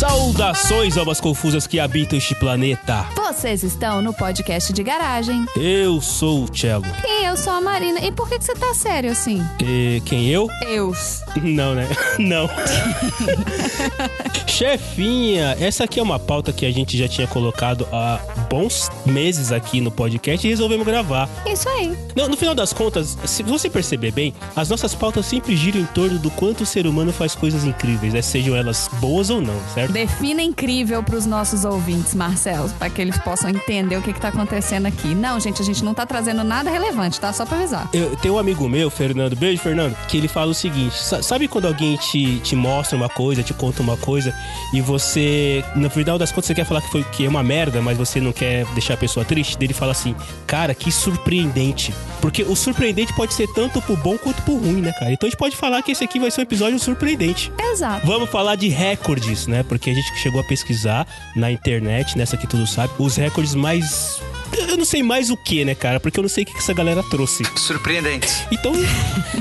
Saudações, almas confusas que habitam este planeta. Vocês estão no podcast de garagem. Eu sou o Cello. E eu sou a Marina. E por que, que você tá sério assim? E quem eu? Eu. Não, né? Não. Chefinha, essa aqui é uma pauta que a gente já tinha colocado há bons meses aqui no podcast e resolvemos gravar. Isso aí. Não, no final das contas, se você perceber bem, as nossas pautas sempre giram em torno do quanto o ser humano faz coisas incríveis, né? Sejam elas boas ou não, certo? Defina incrível pros nossos ouvintes, Marcelo, pra que eles possam entender o que, que tá acontecendo aqui. Não, gente, a gente não tá trazendo nada relevante, tá? Só pra avisar. Eu, tem um amigo meu, Fernando, beijo, Fernando, que ele fala o seguinte: sa- sabe quando alguém te, te mostra uma coisa, te conta uma coisa, e você, no final das contas, você quer falar que foi que é uma merda, mas você não quer deixar a pessoa triste? Daí Ele fala assim, cara, que surpreendente. Porque o surpreendente pode ser tanto pro bom quanto pro ruim, né, cara? Então a gente pode falar que esse aqui vai ser um episódio surpreendente. Exato. Vamos falar de recordes, né? Porque a gente chegou a pesquisar na internet, nessa que tudo sabe, os recordes mais. Eu não sei mais o que, né, cara? Porque eu não sei o que que essa galera trouxe. Surpreendente. Então,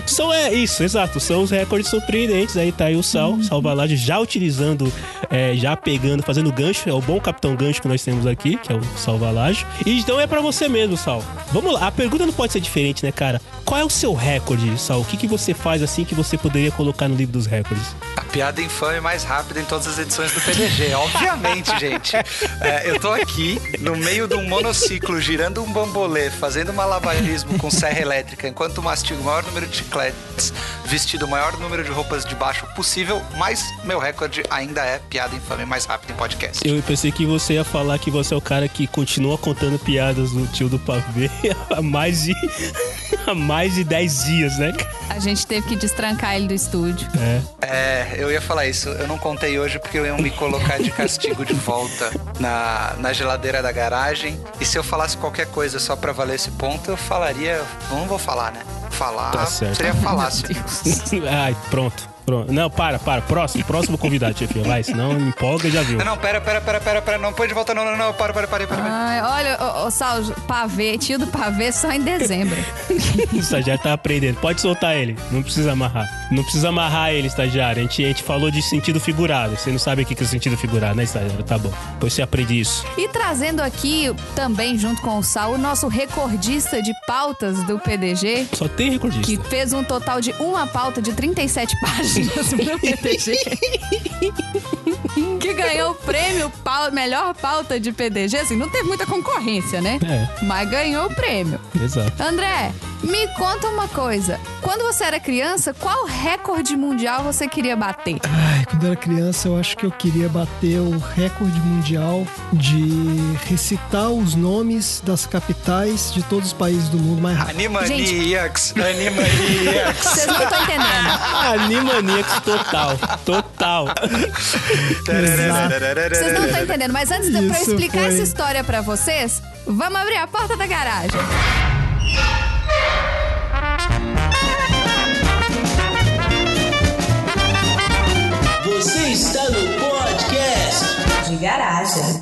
são é isso, exato. São os recordes surpreendentes. Aí tá aí o Sal, Salvalage já utilizando, é, já pegando, fazendo gancho. É o bom capitão gancho que nós temos aqui, que é o Salvalage. E então é pra você mesmo, Sal. Vamos lá, a pergunta não pode ser diferente, né, cara? Qual é o seu recorde, Sal? O que, que você faz assim que você poderia colocar no livro dos recordes? A piada infame é mais rápida em todas as edições do PDG. Obviamente, gente. É, eu tô aqui no meio de um monociclo, girando um bambolê, fazendo malabarismo com serra elétrica, enquanto mastigo o maior número de chicletes, vestido o maior número de roupas de baixo possível, mas meu recorde ainda é piada infame mais rápida em podcast. Eu pensei que você ia falar que você é o cara que continua contando piadas do tio do pavê há mais de, há mais de 10 dias, né? A gente teve que destrancar ele do estúdio. É. É, eu ia falar isso. Eu não contei hoje porque eu ia me colocar de castigo de volta na, na geladeira da garagem. E se eu falasse qualquer coisa só pra valer esse ponto, eu falaria. Não vou falar, né? Falar Tá certo. seria falácia. Ai, pronto. Pronto. Não, para, para. Próximo, próximo convidado, chefinha. Vai, senão empolga e já viu. Não, não, pera, pera, pera, pera, pera. Não põe de volta, não, não, não. Para, para, para, para. para. Ai, olha, ô, ô, Sal, pavê, tio do pavê só em dezembro. O estagiário tá aprendendo. Pode soltar ele. Não precisa amarrar. Não precisa amarrar ele, estagiário. A gente, a gente falou de sentido figurado. Você não sabe o que que é sentido figurado, né, estagiário? Tá bom. Depois você aprende isso. E trazendo aqui, também junto com o Sal, o nosso recordista de pautas do PDG, Só tem que recordista. fez um total de uma pauta de 37 páginas no PDG. que ganhou o prêmio pau- melhor pauta de PDG. Assim, não teve muita concorrência, né? É. Mas ganhou o prêmio. Exato. André, me conta uma coisa. Quando você era criança, qual recorde mundial você queria bater? Ai, quando eu era criança, eu acho que eu queria bater o recorde mundial de recitar os nomes das capitais de todos os países do mundo mais Ah. rápido. Animaniacs, Animaniacs. Vocês não estão entendendo. Animaniacs total. Total. Vocês não estão entendendo, mas antes de pra eu Isso explicar foi. essa história pra vocês, vamos abrir a porta da garagem. Você está no podcast. de garagem.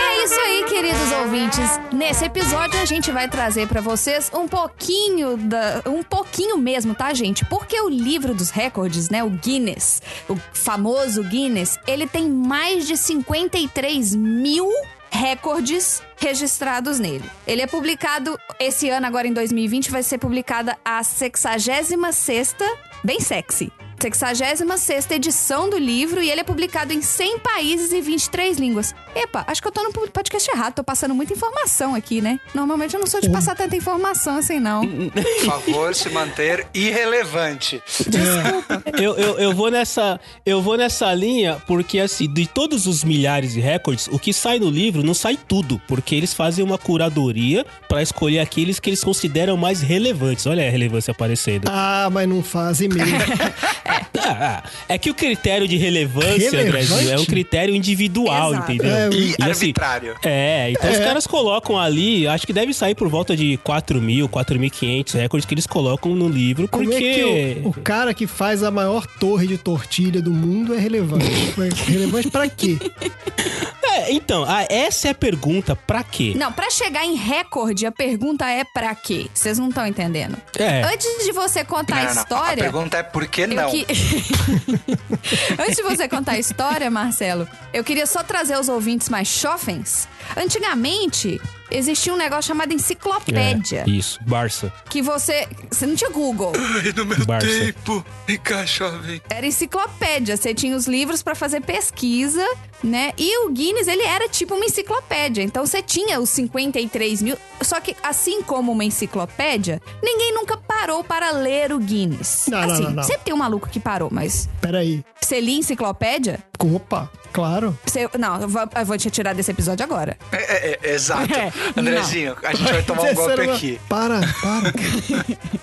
É isso aí, queridos ouvintes. Nesse episódio a gente vai trazer pra vocês um pouquinho da, um pouquinho mesmo, tá, gente? Porque o livro dos recordes, né, o Guinness, o famoso Guinness, ele tem mais de 53 mil recordes registrados nele. Ele é publicado esse ano, agora em 2020, vai ser publicada a 66ª, bem sexy, 66 edição do livro e ele é publicado em 100 países e 23 línguas. Epa, acho que eu tô no podcast errado, tô passando muita informação aqui, né? Normalmente eu não sou de passar tanta informação assim, não. Por favor, se manter irrelevante. Eu, eu, eu, vou nessa, eu vou nessa linha porque, assim, de todos os milhares de recordes, o que sai no livro não sai tudo, porque eles fazem uma curadoria pra escolher aqueles que eles consideram mais relevantes. Olha a relevância aparecendo. Ah, mas não fazem mesmo. Ah, ah, é que o critério de relevância, Relevante? Andrézinho, é um critério individual, Exato. entendeu? É, E, assim, arbitrário. É, então os caras colocam ali, acho que deve sair por volta de 4 mil, 4.500 recordes que eles colocam no livro, porque... Como é que o, o cara que faz a maior torre de tortilha do mundo é relevante? Mas relevante pra quê? É, então, ah, essa é a pergunta, pra quê? Não, pra chegar em recorde, a pergunta é pra quê? Vocês não estão entendendo. É. Antes de você contar Não, Tá a não. A história. pergunta é por que eu não? que- Antes de você contar a história, Marcelo, eu queria só trazer os ouvintes mais chofens. Antigamente, existia um negócio chamado enciclopédia. É, isso, Barça. Que você. Você não tinha Google. Ai, no meu Barça. tempo, encaixa, vem. Era enciclopédia. Você tinha os livros pra fazer pesquisa, né? E o Guinness, ele era tipo uma enciclopédia. Então você tinha os 53 mil. Só que, assim como uma enciclopédia, ninguém nunca parou para ler o Guinness. Não, não, assim, não, não. sempre tem um maluco que parou, mas Peraí. você lia enciclopédia? Opa, claro. Você- não, eu vou, eu vou te tirar desse episódio agora. É, é, é, exato. É, Andrezinho, a gente vai tomar um é Você golpe será- aqui. Para, para.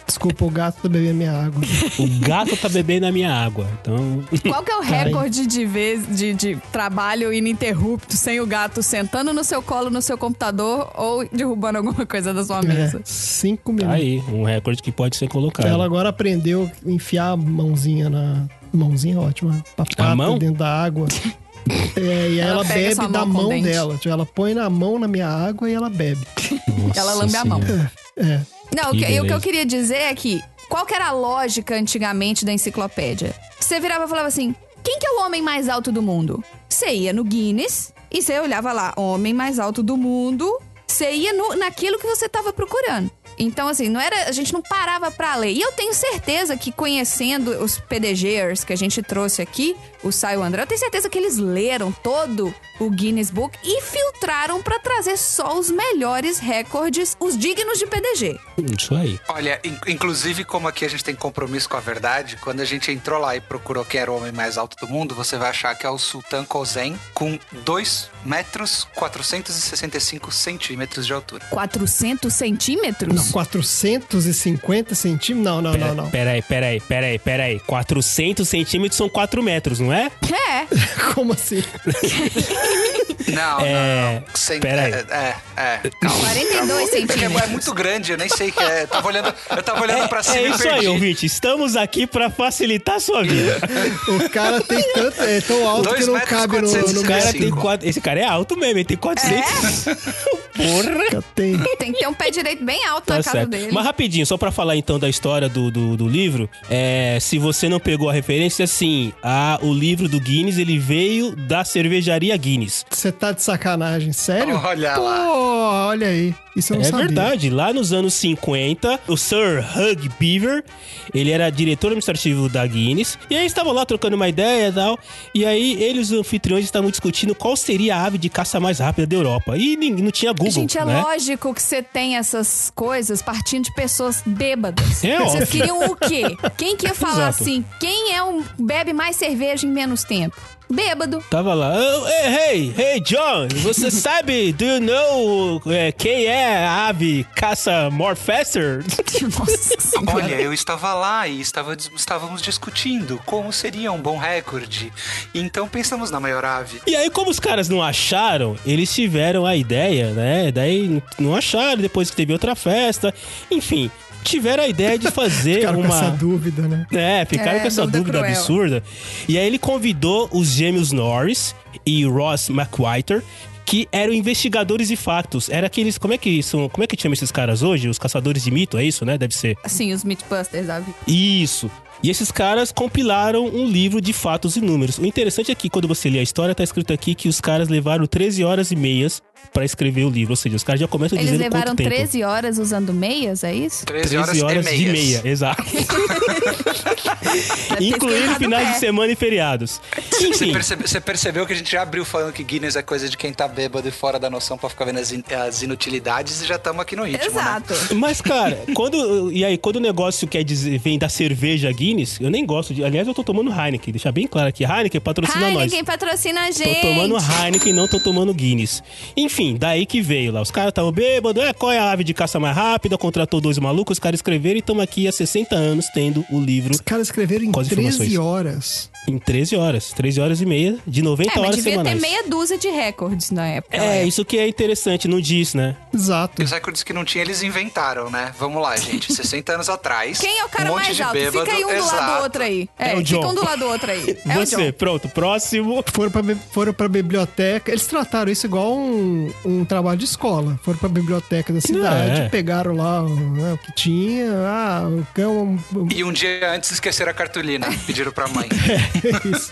Desculpa, o gato tá bebendo minha água. O gato tá bebendo a minha água, então... Qual Tá que é o recorde de, vez, de, de trabalho ininterrupto sem o gato sentando no seu colo, no seu computador ou derrubando alguma coisa da sua mesa? É, cinco Tá minutos. aí, um recorde que pode ser colocado. Ela agora aprendeu a enfiar a mãozinha na. Mãozinha é ótima. A pata mão? dentro da água. É, e aí Ela ela, pega bebe sua da mão com mão dente. dela. Tipo, ela põe na mão na minha água e ela bebe. Nossa Ela lambe a mão. Senhora. É. Não, o Que que- e o que eu beleza. queria dizer é que qual que era a lógica antigamente da enciclopédia? Você virava e falava assim: quem que é o homem mais alto do mundo? Você ia no Guinness e você olhava lá, homem mais alto do mundo. Você ia no- naquilo que você tava procurando. Então, assim, não era. A gente não parava pra ler. E eu tenho certeza que, conhecendo os PDGers que a gente trouxe aqui, o Saio André, eu tenho certeza que eles leram todo o Guinness Book e filtraram pra trazer só os melhores recordes, os dignos de PDG. Isso aí. Olha, in- inclusive, como aqui a gente tem compromisso com a verdade, quando a gente entrou lá e procurou quem era o homem mais alto do mundo, você vai achar que é o Sultan Kozen, com 2 metros 465 centímetros de altura. 400 centímetros? Não, 450 centímetros? Não, não, Pera, não, não. Peraí, peraí, peraí, peraí. 400 centímetros são 4 metros, não é? É. Como assim? Não, É, não, não. Cent... pera aí. É, é, é. Calma. 42 É que É centímetros. muito grande, eu nem sei o que é. Eu tava olhando, eu tava olhando pra cima É e isso perdi. aí, ouvinte. Estamos aqui pra facilitar a sua vida. O cara tem tanto. É tão alto Dois que não metros, cabe no. no O cara tem 35. quatro... Esse cara é alto mesmo, ele tem 400. É? Porra! Tá tem. Tem que ter um pé direito bem alto na Tá casa dele. Então é Mas rapidinho, só pra falar então da história do, do, do livro, é, se você não pegou a referência, assim, a, o livro do Guinness, ele veio da cervejaria Guinness. Você tá de sacanagem, sério? Olha lá. Pô, olha aí. Isso eu não é sabia. verdade, lá nos anos 50, o Sir Hug Beaver, ele era diretor administrativo da Guinness, e aí estavam lá trocando uma ideia e tal, e aí eles, os anfitriões, estavam discutindo qual seria a ave de caça mais rápida da Europa, e ninguém- não tinha Google, Gente, é né? lógico que você tem essas coisas partindo de pessoas bêbadas. É Vocês óbvio. queriam o quê? Quem que ia falar Exato. assim? Quem é um bebe mais cerveja em menos tempo? Bêbado. Tava lá, "Oh, hey, hey, hey, John, você sabe, do you know eh, quem é a ave caça more faster? Nossa senhora. Olha, eu estava lá e estava, estávamos discutindo como seria um bom recorde. Então pensamos na maior ave. E aí, como os caras não acharam, eles tiveram a ideia, né? Daí n- não acharam, depois que teve outra festa, enfim, tiveram a ideia de fazer Ficaram com essa uma... dúvida, né? É, ficaram É, com essa dúvida dúvida, cruel. absurda. E aí ele convidou os gêmeos Norris e Ross McWhiter, que eram investigadores de fatos. Era aqueles. Como é que são. Como é que chama esses caras hoje? Os caçadores de mito, é isso, né? Deve ser. Assim, os Mythbusters, sabe? Isso. E esses caras compilaram um livro de fatos e números. O interessante é que quando você lê a história, tá escrito aqui que os caras levaram 13 horas e meias pra escrever o livro. Ou seja, os caras já começam Eles dizendo levaram quanto tempo. 13 horas usando meias, é isso? 13, 13 horas, horas e de meia, meias. exato. Deve ter Incluindo esquentado o finais pé. de semana e feriados. Você, Enfim, percebe- você percebeu que a gente já abriu falando que Guinness é coisa de quem tá bêbado e fora da noção pra ficar vendo as, in- as inutilidades e já estamos aqui no ritmo, né? Exato. Mas, cara, quando. E aí, quando o negócio quer dizer, vem da cerveja Guinness, eu nem gosto de. Aliás, eu tô tomando Heineken, deixar bem claro aqui. Heineken patrocina nós. Heineken patrocina a Tô gente. tomando Heineken, não tô tomando Guinness. Enfim, daí que veio lá. Os caras estavam bêbados, é, qual é a ave de caça mais rápida? Contratou dois malucos, os caras escreveram e estamos aqui há 60 anos tendo o livro Os caras escreveram em Com as informações. 13 horas. em 13 horas. 13 horas e meia, de 90 É, mas horas devia semanais. ter meia dúzia de recordes na época. então É, isso que é interessante, não diz, né? Exato. E os recordes que não tinha, eles inventaram, né? Vamos lá, gente. 60 anos atrás. Quem é o cara um monte mais de alto? Bêbado, Fica aí um do lado Exato. do outro aí. É, É o ficam John. do lado do outro aí. É o Você, John. pronto, próximo. Foram pra, bi- foram pra biblioteca. Eles trataram isso igual um, um trabalho de escola. Foram pra biblioteca da cidade, É. pegaram lá né, o que tinha. Ah, o cão. E um dia antes esqueceram a cartolina. Pediram pra mãe. Isso.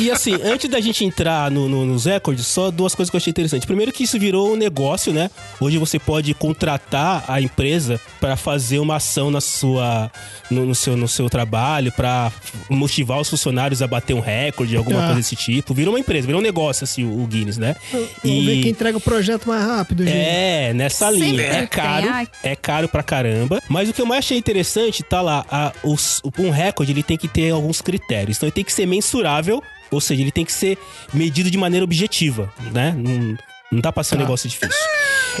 E, e assim, antes da gente entrar no- no- nos recordes, só duas coisas que eu achei interessante. Primeiro que isso virou um negócio, né? Hoje você pode contratar a empresa para fazer uma ação na sua, no, no seu, no seu trabalho, para motivar os funcionários a bater um recorde, alguma Ah. coisa desse tipo. Virou uma empresa, virou um negócio, assim, o, o Guinness, né? Vamos ver quem entrega o projeto mais rápido, gente. É, nessa Sempre linha. tem, É caro, ai. é caro pra caramba. Mas o que eu mais achei interessante, tá lá, a- os- um recorde ele tem que ter alguns critérios. Então ele tem que ser mensurável, ou seja, ele tem que ser medido de maneira objetiva, né? Não, não dá pra ser um negócio difícil.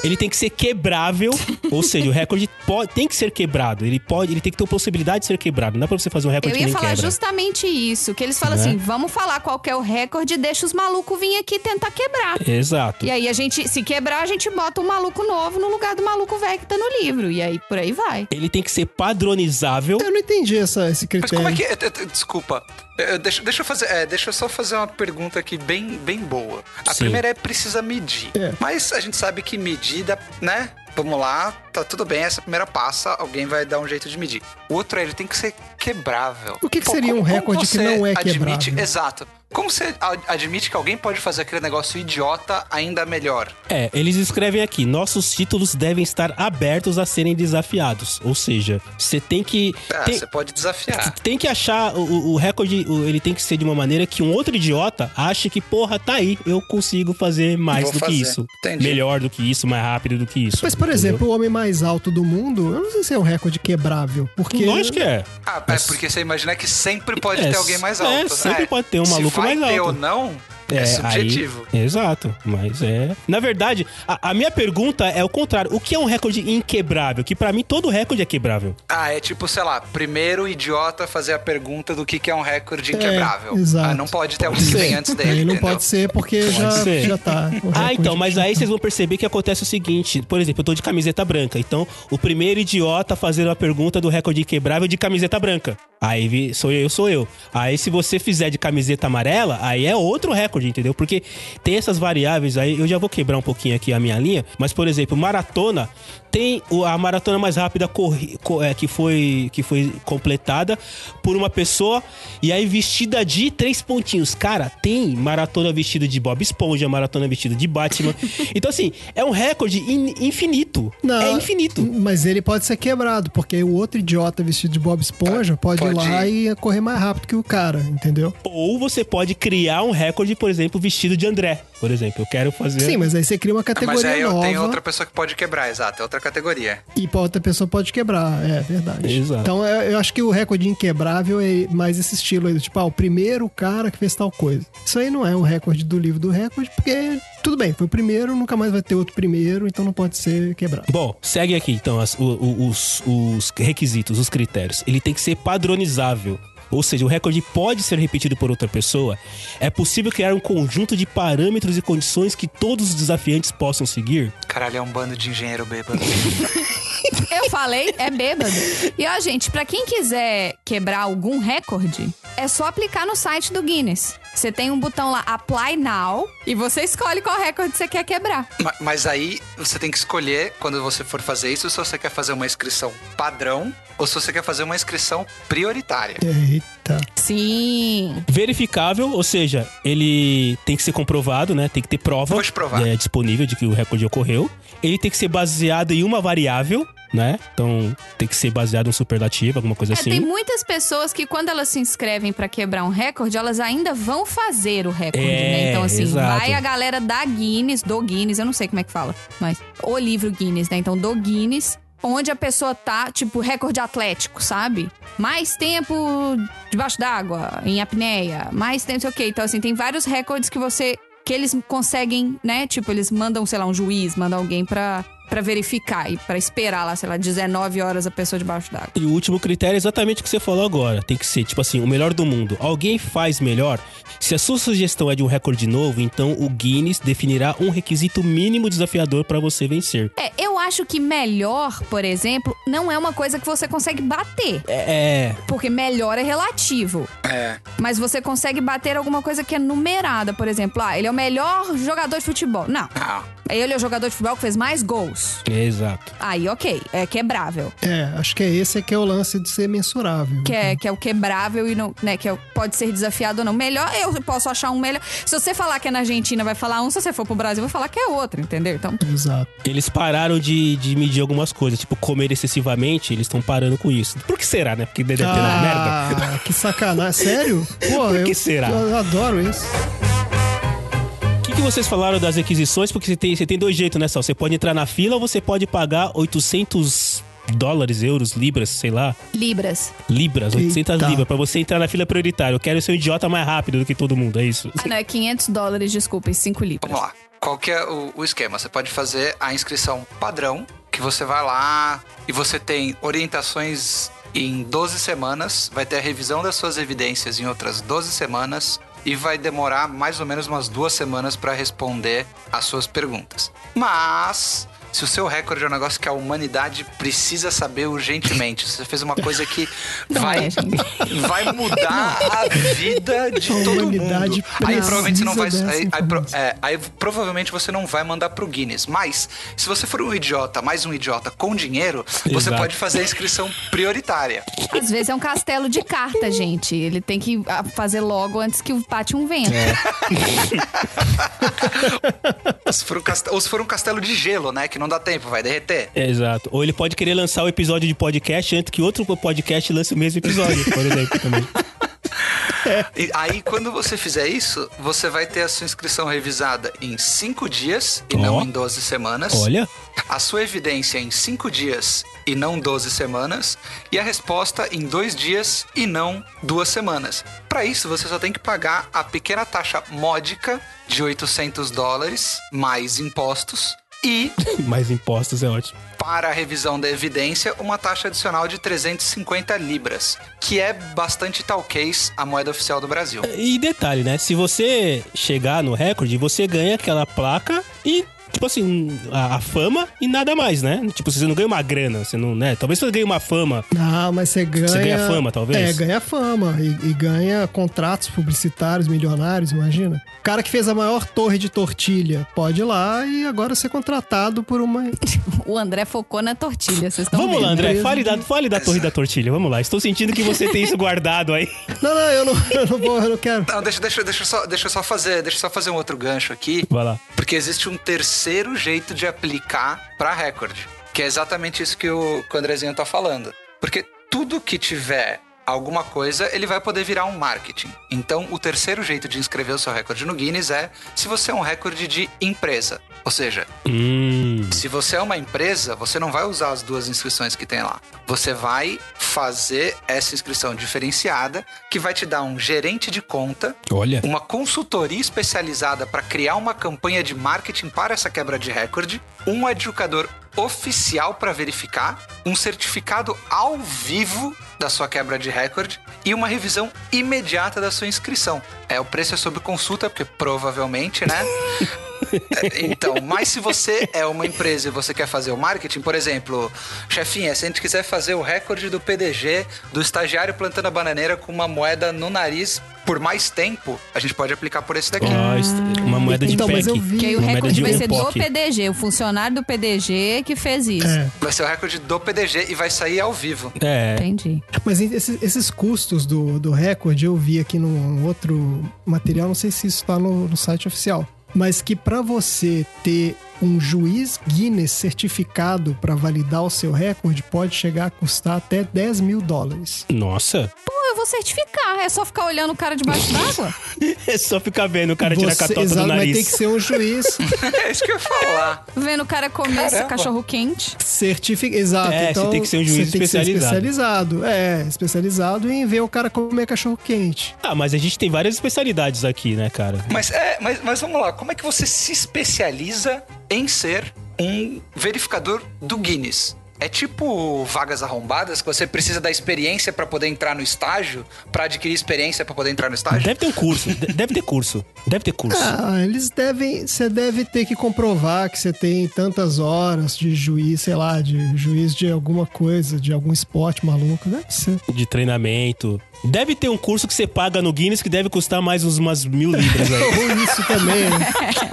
Ele tem que ser quebrável, ou seja, o recorde pode, tem que ser quebrado. Ele pode, ele tem que ter a possibilidade de ser quebrado. Não dá pra você fazer um recorde Eu que ia nem falar quebra. justamente isso, que eles falam Né? assim, vamos falar qual que é o recorde e deixa os malucos vir aqui tentar quebrar. Exato. E aí a gente, se quebrar, a gente bota um maluco novo no lugar do maluco velho que tá no livro. E aí por aí vai. Ele tem que ser padronizável. Eu não entendi essa, esse Mas critério. como é que. é? T- t- Desculpa. Eu- eu- Deixa, deixa eu fazer. é, deixa eu só fazer uma pergunta aqui bem, bem boa. A Sim. primeira é precisa medir. É. Mas a gente sabe que medida, né? Vamos lá, tá tudo bem. Essa primeira passa, alguém vai dar um jeito de medir. O outro é ele tem que ser quebrável. O que que Pô, seria um como- como recorde que você não é admite- quebrável? Exato. Como você a- admite que alguém pode fazer aquele negócio idiota ainda melhor? É, eles escrevem aqui: nossos títulos devem estar abertos a serem desafiados. Ou seja, você tem que. Ah, tem, você pode desafiar. tem que achar o- o, o recorde, o- ele tem que ser de uma maneira que um outro idiota ache que, porra, tá aí, eu consigo fazer mais Vou do fazer. que isso. Entendi. Melhor do que isso, mais rápido do que isso. Mas, por entendeu? exemplo, o homem mais alto do mundo, eu não sei se é um recorde quebrável. Porque. Lógico que é. Ah, é porque você imagina que sempre pode É, ter alguém mais é, alto. né? sempre pode ter um maluco Se vai mais ter alto. ou não, é, subjetivo. aí- exato, mas é. Na verdade, a, a minha pergunta é o contrário. O que é um recorde inquebrável? Que pra mim todo recorde é quebrável. Ah, é tipo, sei lá, primeiro o idiota fazer a pergunta do que, que é um recorde inquebrável. exato. Ah, não pode ter alguém Pode que ser. vem antes dele. Ele não entendeu? pode ser porque já, ser. já tá. o Ah, recorde. então, mas aí vocês vão perceber que acontece o seguinte. Por exemplo, eu tô de camiseta branca. Então, o primeiro idiota a fazer uma pergunta do recorde inquebrável de camiseta branca. Aí vi- sou eu, sou eu. Aí se você fizer de camiseta amarela, aí é outro recorde, entendeu? Porque tem essas variáveis aí. Eu já vou quebrar um pouquinho aqui a minha linha. Mas, por exemplo, maratona tem o- a maratona mais rápida corri- co- é, que, foi, que foi completada por uma pessoa e aí vestida de três pontinhos. Cara, tem maratona vestida de Bob Esponja, maratona vestida de Batman. então, assim, é um recorde in- infinito. Não, é infinito. Mas ele pode ser quebrado, porque o outro idiota vestido de Bob Esponja pode, ir pode lá e correr mais rápido que o cara, entendeu? Ou você pode criar um recorde, por exemplo, vestido de André. Por exemplo, eu quero fazer. Sim, mas aí você cria uma Mas categoria aí eu nova tenho outra pessoa que pode quebrar, exato. É outra categoria. e pra outra pessoa pode quebrar. É verdade. Exato. Então eu, eu acho que o recorde inquebrável é mais esse estilo aí, do tipo, ah, o primeiro cara que fez tal coisa. Isso aí não é um recorde do livro do recorde, porque tudo bem, foi o primeiro, nunca mais vai ter outro primeiro, então não pode ser quebrado. Bom, segue aqui então as- o- o- os, os requisitos, os critérios. Ele tem que ser padronizável. Ou seja, o recorde pode ser repetido por outra pessoa. É possível criar um conjunto de parâmetros e condições que todos os desafiantes possam seguir? Caralho, é um bando de engenheiro bêbado. Eu falei, é bêbado. E ó, gente, pra quem quiser quebrar algum recorde, é só aplicar no site do Guinness. Você tem um botão lá, Apply Now, e você escolhe qual recorde você quer quebrar. Ma- Mas aí você tem que escolher, quando você for fazer isso, se você quer fazer uma inscrição padrão ou se você quer fazer uma inscrição prioritária. Eita. Sim. Verificável, ou seja, ele tem que ser comprovado, né? Tem que ter prova Vou te provar. é, disponível de que o recorde ocorreu. Ele tem que ser baseado em uma variável, né? Então tem que ser baseado em um superlativo, alguma coisa É, assim. tem muitas pessoas que quando elas se inscrevem pra quebrar um recorde, elas ainda vão fazer o recorde, É, né? Então, assim, exato. vai a galera da Guinness, do Guinness, eu não sei como é que fala, mas o livro Guinness, né? Então, do Guinness, onde a pessoa tá, tipo, recorde atlético, sabe? Mais tempo debaixo d'água, em apneia, mais tempo, sei o quê. Então, assim, tem vários recordes que você. que eles conseguem, né? Tipo, eles mandam, sei lá, um juiz, mandam alguém pra pra verificar e pra esperar lá, sei lá, 19 horas a pessoa debaixo d'água. E o último critério é exatamente o que você falou agora. Tem que ser, tipo assim, o melhor do mundo. Alguém faz melhor? Se a sua sugestão é de um recorde novo, então o Guinness definirá um requisito mínimo desafiador pra você vencer. É, eu acho que melhor, por exemplo, não é uma coisa que você consegue bater. É. é Porque melhor é relativo. É. Mas você consegue bater alguma coisa que é numerada, por exemplo. Ah, ele é o melhor jogador de futebol. Não. Ah, Ele é o jogador de futebol que fez mais gols. é exato. Aí, ok. É quebrável. É, acho que é esse que é o lance de ser mensurável. Que é, que é o quebrável e não, né? Que é o- pode ser desafiado ou não. Melhor, eu posso achar um melhor. Se você falar que é na Argentina, vai falar um. Se você for pro Brasil, vai falar que é outro, entendeu? Então, Exato. Eles pararam de, de medir algumas coisas, tipo comer excessivamente, eles estão parando com isso. Por que será, né? Porque deve ter uma merda. Ah, que sacanagem. Sério? Pô, Por que eu, será? eu adoro isso. O que, que vocês falaram das requisições? Porque você tem, você tem dois jeitos, né, Sal? Você pode entrar na fila ou você pode pagar 800 dólares, euros, libras, sei lá, Libras. libras, 800 Eita. libras, pra você entrar na fila prioritária. Eu quero ser um idiota mais rápido do que todo mundo, é isso? Ah, não, é 500 dólares, desculpa, e 5 libras. vamos lá. Qual que é o, o esquema? Você pode fazer a inscrição padrão, que você vai lá e você tem orientações em 12 semanas, vai ter a revisão das suas evidências em outras 12 semanas e vai demorar mais ou menos umas duas semanas para responder as suas perguntas. Mas se o seu recorde é um negócio que a humanidade precisa saber urgentemente, você fez uma coisa que Não vai é, gente. vai mudar a vida de todo humanidade mundo. Aí precisa provavelmente você não vai. dessa Aí, aí pro- informação. é, aí provavelmente você não vai mandar pro Guinness. Mas, se você for um idiota, mais um idiota com dinheiro, você Exato. pode fazer a inscrição prioritária. Às vezes é um castelo de carta, gente. Ele tem que ah, fazer logo antes que o bate um vento. É. Se for um castelo, ou se for um castelo de gelo, né? Que não dá tempo, vai derreter. É, exato. Ou ele pode querer lançar o episódio de podcast antes que outro podcast lance o mesmo episódio, por exemplo, também. E aí, quando você fizer isso, você vai ter a sua inscrição revisada em 5 dias e Ó. não em 12 semanas. Olha, a sua evidência em 5 dias e não 12 semanas, e a resposta em 2 dias e não 2 semanas. Para isso, você só tem que pagar a pequena taxa módica de 800 dólares, mais impostos, e, mais impostos é ótimo. para a revisão da evidência, uma taxa adicional de 350 libras, que é bastante talquês a moeda oficial do Brasil. E detalhe, né? Se você chegar no recorde, você ganha aquela placa e, tipo assim, a, a fama e nada mais, né? Tipo, você não ganha uma grana, você não, né? Talvez você ganhe uma fama. Não, mas você ganha. ganha fama, talvez? É, ganha fama. E, e ganha contratos publicitários, milionários, imagina. O cara que fez a maior torre de tortilha pode ir lá e agora ser contratado por uma. O André focou na tortilha, vocês estão Vamos lá, André, Tá mesmo. fale da, fale da Torre da Tortilha, vamos lá. Estou sentindo que você tem isso guardado aí. Não, não, eu não, eu não vou, eu não quero. Não, Então, deixa, deixa, deixa, eu só, deixa eu só fazer, deixa eu só fazer um outro gancho aqui. Vai lá. Porque existe um terceiro jeito de aplicar para recorde, que é exatamente isso que o, que o Andrezinho tá falando. Porque tudo que tiver alguma coisa, ele vai poder virar um marketing. Então, o terceiro jeito de inscrever o seu recorde no Guinness é se você é um recorde de empresa. Ou seja, Hum. se você é uma empresa, você não vai usar as duas inscrições que tem lá. Você vai fazer essa inscrição diferenciada, que vai te dar um gerente de conta Olha. uma consultoria especializada para criar uma campanha de marketing para essa quebra de recorde, um educador oficial para verificar, um certificado ao vivo da sua quebra de recorde e uma revisão imediata da sua inscrição. É, o preço é sob consulta, porque provavelmente, né? É, Então, mas se você é uma empresa e você quer fazer o marketing, por exemplo, chefinha, se a gente quiser fazer o recorde do PDG do estagiário plantando a bananeira com uma moeda no nariz por mais tempo, a gente pode aplicar por esse daqui. Ó, est- Ah, uma moeda de Ah. então, PEC. mas eu Que aí vi. o Uma moeda recorde de vai um ser do POC. PDG, o funcionário do PDG que fez isso. É. Vai ser o recorde do PDG e vai sair ao vivo. É. Entendi. Mas esses, esses custos do, do recorde eu vi aqui num outro material, não sei se isso está no, no site oficial. Mas que para você ter um juiz Guinness certificado para validar o seu recorde, pode chegar a custar até 10 mil dólares. Nossa. Pô, eu vou certificar. É só ficar olhando o cara debaixo d'água? É só ficar vendo o cara tirar a Você- catota do exato, Vai ter nariz. que ser um juiz é isso que eu ia falar. Vendo o cara comer esse Caramba. cachorro quente? certificado. Exato. É, você então, tem que ser um juiz você tem que ser especializado. especializado. É, especializado em ver o cara comer cachorro quente. Ah, mas a gente tem várias especialidades aqui, né, cara? Mas, é, mas, mas vamos lá, como é que você se especializa em ser um verificador do Guinness. É tipo vagas arrombadas que você precisa da experiência pra poder entrar no estágio, pra adquirir experiência pra poder entrar no estágio. Deve ter um curso, de- deve ter curso, deve ter curso. Ah, eles devem. Você deve ter que comprovar que você tem tantas horas de juiz, sei lá, de juiz de alguma coisa, de algum esporte maluco. Deve ser. de treinamento. Deve ter um curso que você paga no Guinness que deve custar mais uns, umas mil libras aí. Ou isso também. Né?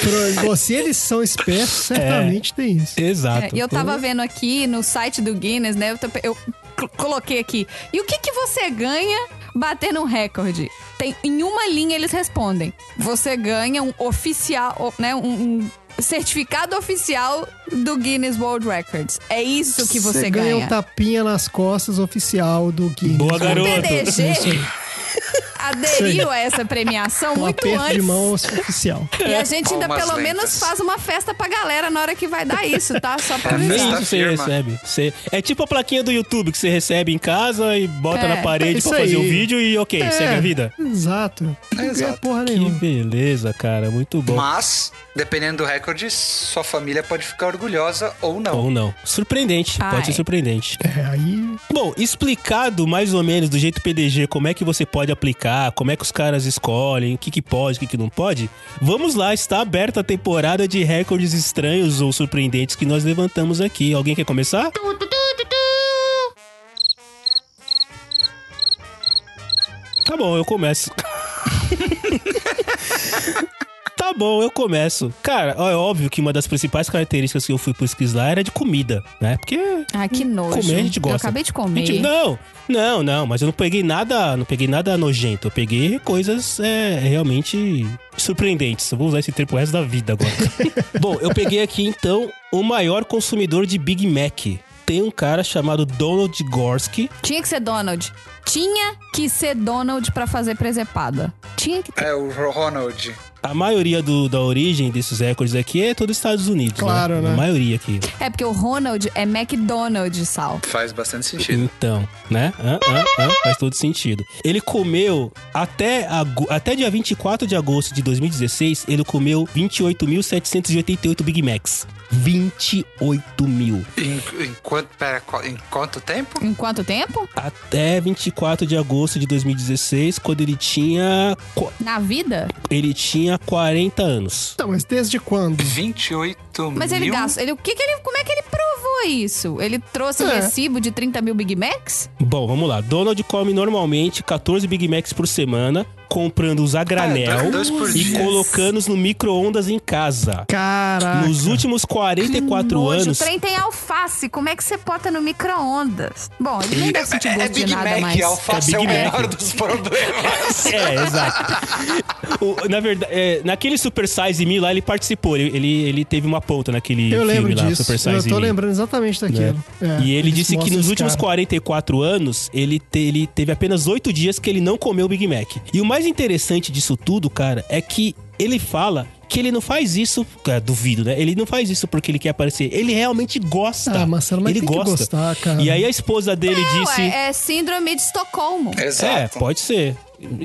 Pro- bom, se eles são espertos, certamente tem isso. Exato. É, e eu tava vendo aqui no site do Guinness, né? Eu, tô- eu cl- coloquei aqui. E o que, que você ganha batendo um recorde? Tem, em uma linha eles respondem. Você ganha um oficial, o- né? Um, um certificado oficial do Guinness World Records. É isso que você, ganha ganha. um tapinha nas costas oficial do Guinness. Boa, garoto. PDG aderiu a essa premiação Um muito aperto antes. de mão oficial. E a gente ainda Palmas pelo menos lentas. faz uma festa pra galera na hora que vai dar isso, tá? Só pra É Nem avisar. mesmo? isso você Firma. recebe. Você- é tipo a plaquinha do YouTube que você recebe em casa e bota É, na parede isso pra fazer o aí. vídeo e ok, É, segue a vida. Exato. Não ganha Exato. porra Que nenhuma. beleza, cara. Muito bom. Mas, dependendo do recorde, sua família pode ficar orgulhosa ou não. Ou não. Surpreendente. Ai. Pode ser surpreendente. É, aí. Bom, explicado mais ou menos do jeito PDG como é que você pode aplicar, como é que os caras escolhem, o que, que pode, o que, que não pode, vamos lá, está aberta a temporada de recordes estranhos ou surpreendentes que nós levantamos aqui. Alguém quer começar? Tá bom, eu começo. Tá bom, eu começo. Cara, ó, é óbvio que uma das principais características que eu fui pesquisar era de comida, né? Porque Ai, que nojo. Comer a gente gosta. Eu acabei de a comer. gente- não, não, não, mas eu não peguei nada, não peguei nada nojento. Eu peguei coisas é, realmente surpreendentes. Eu vou usar esse termo pro resto da vida agora. Bom, eu peguei aqui então o maior consumidor de Big Mac. Tem um cara chamado Donald Gorski. Tinha que ser Donald. Tinha que ser Donald pra fazer presepada. Tinha que. É o Ronald. A maioria do- da origem desses recordes aqui é todos os Estados Unidos. Claro, né? A maioria aqui. É porque o Ronald é McDonald, Sal. Faz bastante sentido. Então, né? Hã, hã, hã, faz todo sentido. Ele comeu até, ago- até dia 24 de agosto de 2016, ele comeu 28.788 Big Macs. 28 mil. Em, em quanto, pera, qual- em quanto tempo? Em quanto tempo? Até 24 de agosto de 2016, quando ele tinha. qu- Na vida? Ele tinha 40 anos. Não, mas desde quando? 28 Mas mil. ele gasta. Ele, o que que ele, como é que ele provou isso? Ele trouxe um É. recibo de 30 mil Big Macs? Bom, vamos lá. Donald come normalmente 14 Big Macs por semana, comprando-os a granel Ah, é dois- dois por e dia. colocando-os no micro-ondas em casa. Caraca. Nos últimos 44 Nojo, anos. O trem tem alface. Como é que você bota no micro-ondas? Bom, ele nem deve sentir É, gosto é Big de nada Mac, mais. alface é, É o Big Mac. menor dos problemas. É, exato. O- na verdade, é, naquele Super Size Me lá, ele participou. Ele, ele, ele teve uma ponta naquele Eu filme lembro lá, disso. Super eu Size tô Me. lembrando exatamente daquilo. É, E ele eles disse que mostram nos esse últimos cara. 44 anos, ele, te- ele teve apenas oito dias que ele não comeu Big Mac. E o mais interessante disso tudo, cara, é que ele fala que ele não faz isso, cara, duvido, né? Ele não faz isso porque ele quer aparecer. Ele realmente gosta. Ah, Marcelo, mas ele tem que gosta. gostar, cara. E aí a esposa dele disse... Ué, é síndrome de Estocolmo. É, Exato. pode ser.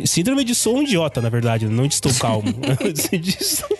Síndrome de sou um idiota, na verdade, não de estou calmo.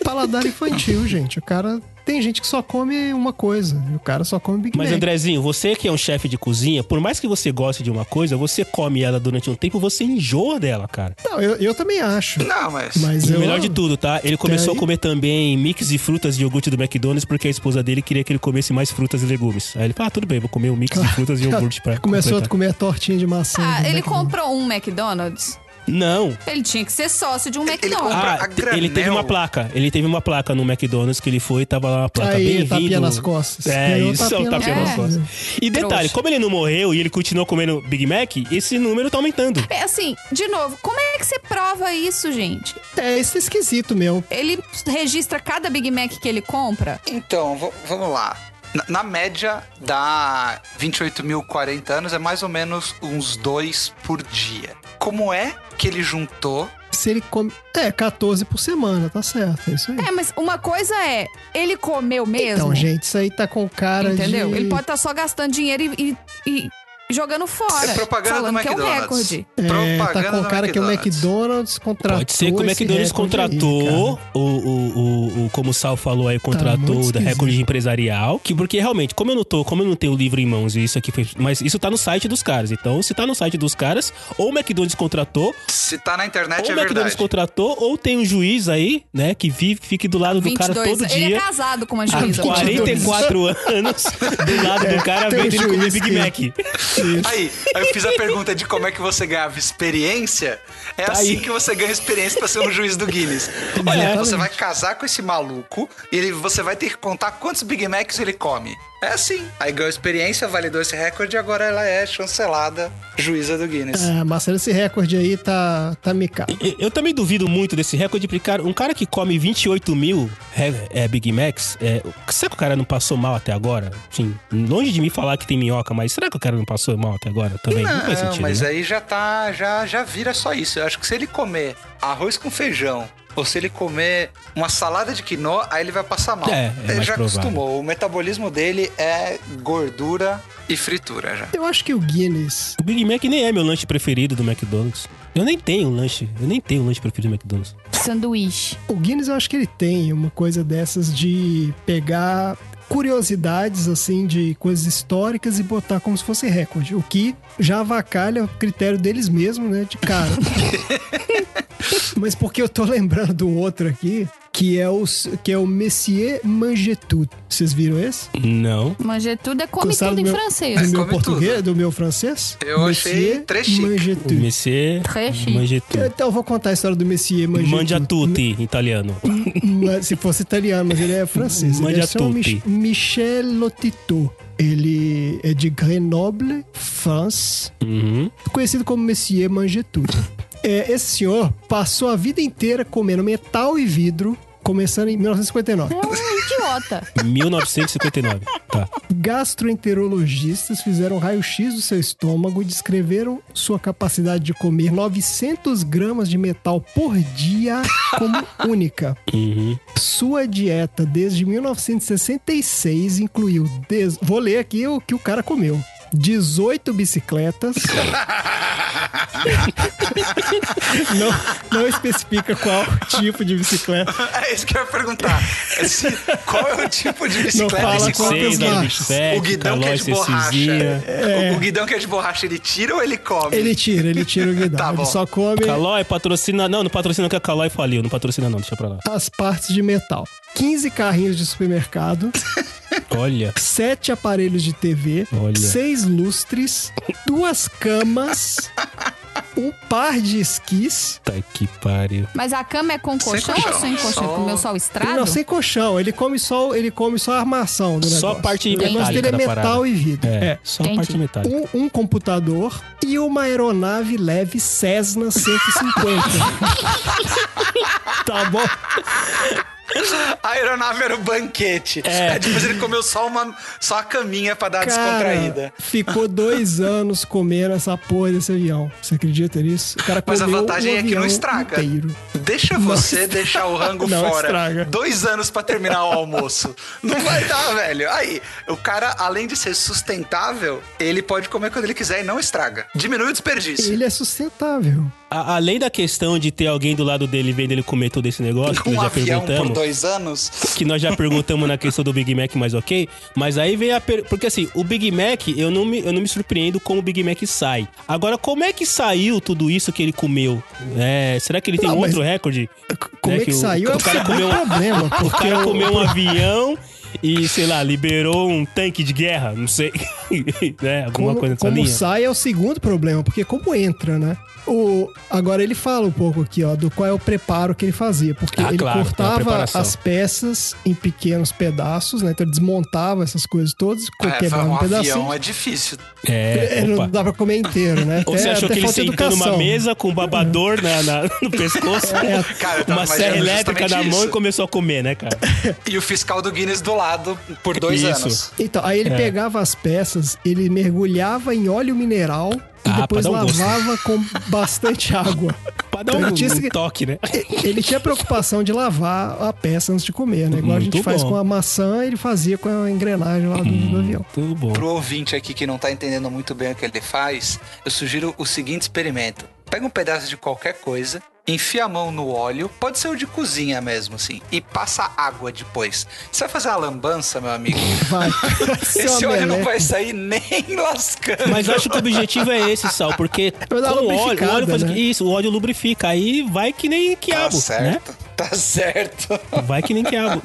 Paladar infantil, gente. O cara. Tem gente que só come uma coisa. E o cara só come Big Mas, Mac. Andrezinho, você que é um chefe de cozinha, por mais que você goste de uma coisa, você come ela durante um tempo, você enjoa dela, cara. Não, eu, eu também acho. Não, mas... Mas E eu. o melhor de tudo, tá? Ele começou aí- a comer também mix de frutas de iogurte do McDonald's porque a esposa dele queria que ele comesse mais frutas e legumes. Aí ele fala, ah, tudo bem, vou comer um mix de frutas e iogurte pra Começou a completar. comer a tortinha de maçã. né? é Ah, do ele Uhum. Mac- comprou um McDonald's? Não. Ele tinha que ser sócio de um Ele McDonald's. Comprar Ah, a granel. ele teve uma placa. Ele teve uma placa no McDonald's que ele foi e tava lá uma placa Tá Aí, bem tapinha vindo. nas costas. É, Ganhou isso, tapinha, tapinha nas costas. E detalhe, Trouxa. como ele não morreu e ele continuou comendo Big Mac, esse número tá aumentando. É assim, de novo, como é que você prova isso, gente? É, isso é esquisito, meu. Ele registra cada Big Mac que ele compra? Então, v- vamos lá. Na, na média, dá 28.040 anos, é mais ou menos uns dois por dia. Como é que ele juntou? Se ele come. É, 14 por semana, tá certo. É isso aí. É, mas uma coisa é, ele comeu mesmo, Então, gente, isso aí tá com cara Então, de. entendeu? Ele pode estar só gastando dinheiro e, e- e jogando fora. É propaganda falando do que é um McDonald's. recorde. É, tá com o do cara que o McDonald's contratou. Pode ser que o esse McDonald's recorde aí, contratou, cara. Tá o, o, o, o- como o Sal falou aí, muito contratou da esquisito. recorde empresarial. Que porque realmente, como eu não tô, como eu não tenho o livro em mãos, e isso aqui foi. Mas isso tá no site dos caras. Então, se tá no site dos caras, ou o McDonald's contratou, Se tá na internet ou o é verdade. McDonald's contratou, ou tem um juiz aí, né, que vive, fica do lado do cara 22. todo Ele dia. é casado com uma Há juíza. 44 anos do lado do cara tem um vendo ele comer juiz Big que- Mac. Aí, aí eu fiz a pergunta de como é que você ganhava experiência. É Tá assim aí. que você ganha experiência pra ser um juiz do Guinness. Olha, Exatamente. você vai casar com esse maluco e ele, você vai ter que contar quantos Big Macs ele come. É assim. Aí ganhou experiência, validou esse recorde e agora ela é chancelada juíza do Guinness. É, Marcelo, esse recorde aí tá, tá micado. Eu- Eu também duvido muito desse recorde, porque cara, um cara que come 28 mil re- é, Big Macs, é, será que o cara não passou mal até agora? Sim, longe de mim falar que tem minhoca, mas será que o cara não passou mal até agora também? Não, faz sentido. mas né? aí já tá, já, já vira só isso. Eu acho que se ele comer arroz com feijão, ou se ele comer uma salada de quinoa, aí ele vai passar mal. É, é ele mais já provável. acostumou. O metabolismo dele é gordura e fritura já. Eu acho que o Guinness. O Big Mac nem é meu lanche preferido do McDonald's. Eu nem tenho um lanche, eu nem tenho lanche preferido do McDonald's. Sanduíche. O Guinness eu acho que ele tem uma coisa dessas de pegar curiosidades assim de coisas históricas e botar como se fosse recorde, o que já avacalha o critério deles mesmo, né, de cara. Mas porque eu tô lembrando do outro aqui, que é o que é o Messier Mangetout. Vocês viram esse? Não. Manjar tudo é come Gostaram tudo em do meu- Do francês. meu come português, tudo. do meu francês? Eu achei trechique. Mangetout. Messê, Très chique. mangetu. Então eu vou contar a história do Messier Mangetout. Mangia tutti, em italiano. Mas é, se fosse italiano, mas ele é francês. Ele é Mandia São tutti. Mich- Michel Lotito. Ele é de Grenoble, France, Uhum. conhecido como Monsieur Mangetout. É, esse senhor passou a vida inteira comendo metal e vidro, começando em 1959. É um idiota. 1959. Tá. Gastroenterologistas fizeram raio-x do seu estômago e descreveram sua capacidade de comer 900 gramas de metal por dia como única. Uhum. Sua dieta desde 1966 incluiu. des- Vou ler aqui o que o cara comeu. 18 bicicletas. não, não especifica qual tipo de bicicleta. É isso que eu ia perguntar. É se- qual é o tipo de bicicleta fala esse quantas come? 26, quantos marcas? 27, O guidão que é de borracha. O- O guidão que é de borracha, ele tira ou ele come? Ele tira, ele tira o guidão. Tá bom. ele só come Calói, patrocina. Não, não patrocina que a Calói faliu. Não patrocina, não, deixa pra lá. as partes de metal. 15 carrinhos de supermercado, Olha. 7 aparelhos de TV, Olha. 6 lustres, duas camas, um par de esquis. Tá que pariu. Mas a cama é com colchão colchão. ou sem colchão? Só- Comeu só o estrado? Não, sem colchão. Ele come só, ele come só a armação do Só negócio. a parte O negócio metálica dele é da metal parada. e vidro. É, É. só a Entendi. parte metálica. Um, um computador e uma aeronave leve Cessna 150. tá bom? A aeronave era o banquete. É. Aí Depois ele comeu só uma só a caminha pra dar a Cara, descontraída. ficou dois anos comendo essa porra desse avião. Você acredita nisso? O cara Mas a comeu vantagem o é que não um avião estraga. inteiro. Deixa você deixar o rango Não fora. estraga. Dois anos pra terminar o almoço. Não vai dar, velho. Aí, o cara, além de ser sustentável, ele pode comer quando ele quiser e não estraga. Diminui o desperdício. Ele é sustentável. A- além da questão de ter alguém do lado dele vendo ele comer todo esse negócio, que um nós já avião por perguntamos. dois anos. Que nós já perguntamos na questão do Big Mac, mas ok. Mas aí vem a. Per... Porque assim, o Big Mac, eu não, me, eu não me surpreendo como o Big Mac sai. Agora, como é que saiu tudo isso que ele comeu? É, será que ele tem Não, mas- outro recorde? Como é Né, que, o- saiu? O, é cara comeu um, problema. o Porque cara o- comeu um avião e, sei lá, liberou um tanque de guerra, não sei. né? Alguma como, coisa nessa como linha. sai é o segundo problema, porque como entra, né? O, agora ele fala um pouco aqui, ó, do qual é o preparo que ele fazia, porque Ah, ele claro, tem a cortava preparação. as peças em pequenos pedaços, né? Então ele desmontava essas coisas todas, É, quebrava um um pedacinho. avião é difícil. É, É, não opa. dá pra comer inteiro, né? Ou você Até- achou até que ele falta sentou numa educação. É, mesa com um babador na, na- no pescoço, Cara, eu tava uma serra imaginando elétrica na justamente mão isso. e começou a comer, né, cara? E o fiscal do Guinness do lado por dois Isso. anos. Então, aí ele É. pegava as peças, ele mergulhava em óleo mineral e Ah, depois pra dar um gosto. lavava com bastante água. Pra dar Então, um, ele, tinha, um esse- toque, né? ele tinha preocupação de lavar a peça antes de comer, né? Igual a gente Muito faz bom. Uhum. com a maçã, ele fazia com a engrenagem lá do, do avião. Tudo bom. Pro ouvinte aqui que não tá entendendo muito bem o que ele faz, eu sugiro o seguinte experimento. Pega um pedaço de qualquer coisa, enfia a mão no óleo, pode ser o de cozinha mesmo, assim, e passa água depois. Você vai fazer a lambança, meu amigo? Vai. é Esse Seu óleo não Amelé. vai sair nem lascando. Mas eu acho que o objetivo é esse, Sal, porque com Vai dar o óleo, o lubrificada, óleo faz né? isso, o óleo lubrifica, aí vai que nem Tá quiabo, né? certo, tá certo. Vai que nem quiabo.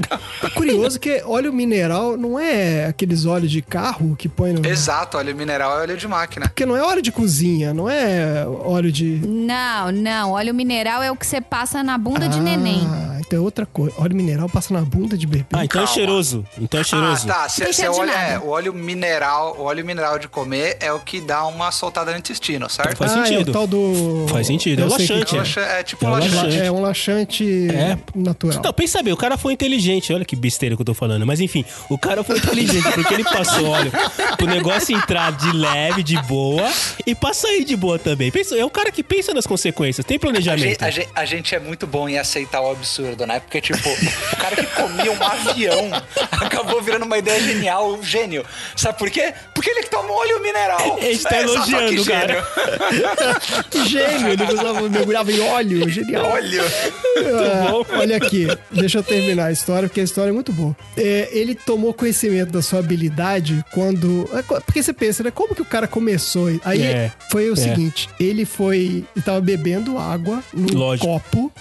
Curioso que óleo mineral não é aqueles óleos de carro que põe no. Exato, óleo mineral é óleo de máquina. Porque não é óleo de cozinha, não é óleo de. Não, não. Óleo mineral é o que você passa na bunda de Ah, neném. Então é outra coisa. Óleo mineral passa na bunda de bebê. Ah, então é Calma. cheiroso. Então é Ah, cheiroso. tá. Se, Tem se cheiro de óleo, nada. é, o óleo mineral, o óleo mineral de comer é o que dá uma soltada no intestino, certo? Então faz ah, É sentido. o tal do. Faz sentido, é Eu sei que- laxante, É um laxa- é tipo É um um laxante. laxante. É um laxante É. natural. Não, pensa bem, o cara foi inteligente. Olha que besteira que eu tô falando. Mas enfim, o cara foi inteligente porque ele passou, olha, pro negócio entrar de leve, de boa e pra sair de boa também. Pensa, é o cara que pensa nas consequências, tem A planejamento. gente, a gente- a gente é muito bom em aceitar o absurdo, né? Porque, tipo, o cara que comia um avião acabou virando uma ideia genial, um gênio. Sabe por quê? Porque ele que toma um óleo mineral. É, A gente tá só que elogiando o cara. gênio. Que gênio! Ele usava- mergulhava em óleo, genial. Óleo. Ah, Olha aqui, deixa eu terminar a história, porque a história é muito boa. É, ele tomou conhecimento da sua habilidade quando. é, co- Porque você pensa, né? Como que o cara começou? Aí É, foi o é. seguinte: ele foi. Ele tava bebendo água num Lógico. É. copo.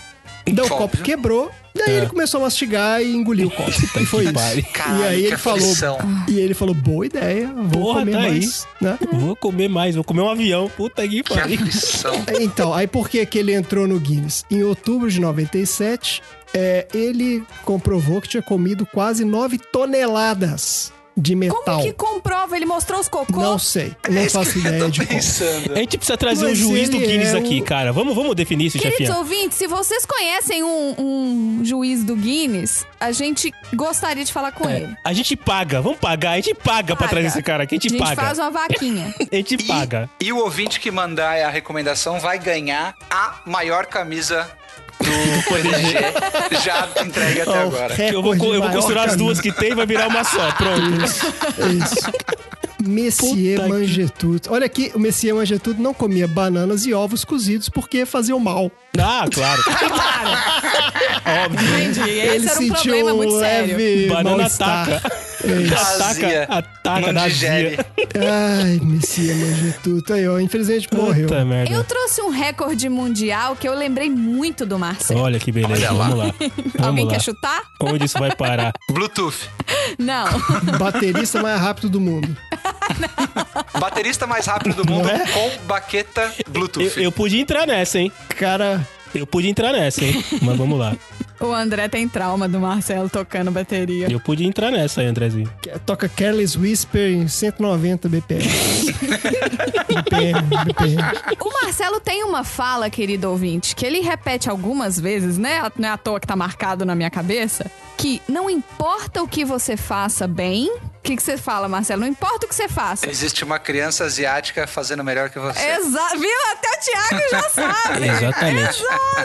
Daí o Óbvio. copo quebrou, daí ele começou a mastigar e engoliu o copo. e foi que isso. pare. e Caralho, aí que ele falou. aflição. E ele falou: boa ideia, vou Porra, comer tá aí. mais. Né? Vou comer mais, vou comer um avião. Puta que Que pariu. aflição. Então, aí por que, que ele entrou no Guinness? Em outubro de 97, é, ele comprovou que tinha comido quase 9 toneladas de Como metal. que É comprova? Ele mostrou os cocô? Não sei, não faço ideia de como. Tá Pensando. A gente precisa trazer Mas um juiz do ele Guinness é aqui, o- cara. Vamos, vamos definir isso, Queridos chefinha. ouvintes, se vocês conhecem um, um juiz do Guinness, a gente gostaria de falar É, com ele. A gente paga, vamos pagar. A gente paga, pra Paga. trazer esse cara aqui. A gente, a gente paga. faz um- uma vaquinha. A gente paga. E o ouvinte que mandar a recomendação vai ganhar a maior camisa do PDG já entregue até Ó, o agora. Eu vou, recorde co- eu vou maior costurar as camisa. duas que tem e vai virar uma só. Pronto. Isso. Messier Puta que- Mangetudo. Olha aqui, o Messier Mangetudo não comia bananas e ovos cozidos porque faziam mal. Ah, claro. Óbvio. Entendi. ele Esse era um sentiu problema muito um sério. leve Banana mal-estar. ataca. Azia. Ataca, ataca da Não digere. azia. Ai, Messier Mangetudo. Aí, ó, infelizmente morreu. Puta merda. Eu trouxe um recorde mundial que eu lembrei muito do Marcelo. Olha que beleza. Vamos lá. Vamos Oh, Alguém lá. quer chutar? Onde isso vai parar? Bluetooth. Não. Baterista mais rápido do mundo. Baterista mais rápido do mundo Não é? com baqueta Eu, Bluetooth. eu pude entrar nessa, hein? Cara, Eu pude entrar nessa, hein? Mas vamos lá. O André tem trauma do Marcelo tocando bateria. Eu pude entrar nessa aí, Andrezinho. que- toca Careless Whisper em 190 BPM. BPM, BPM. O Marcelo tem uma fala, querido ouvinte, que ele repete algumas vezes, né? Não é à toa que tá marcado na minha cabeça. Que não importa o que você faça bem. O que, que você fala, Marcelo? Não importa o que você faça. Existe uma criança asiática fazendo melhor que você. Exato. Viu? Até o Thiago já sabe. Exatamente.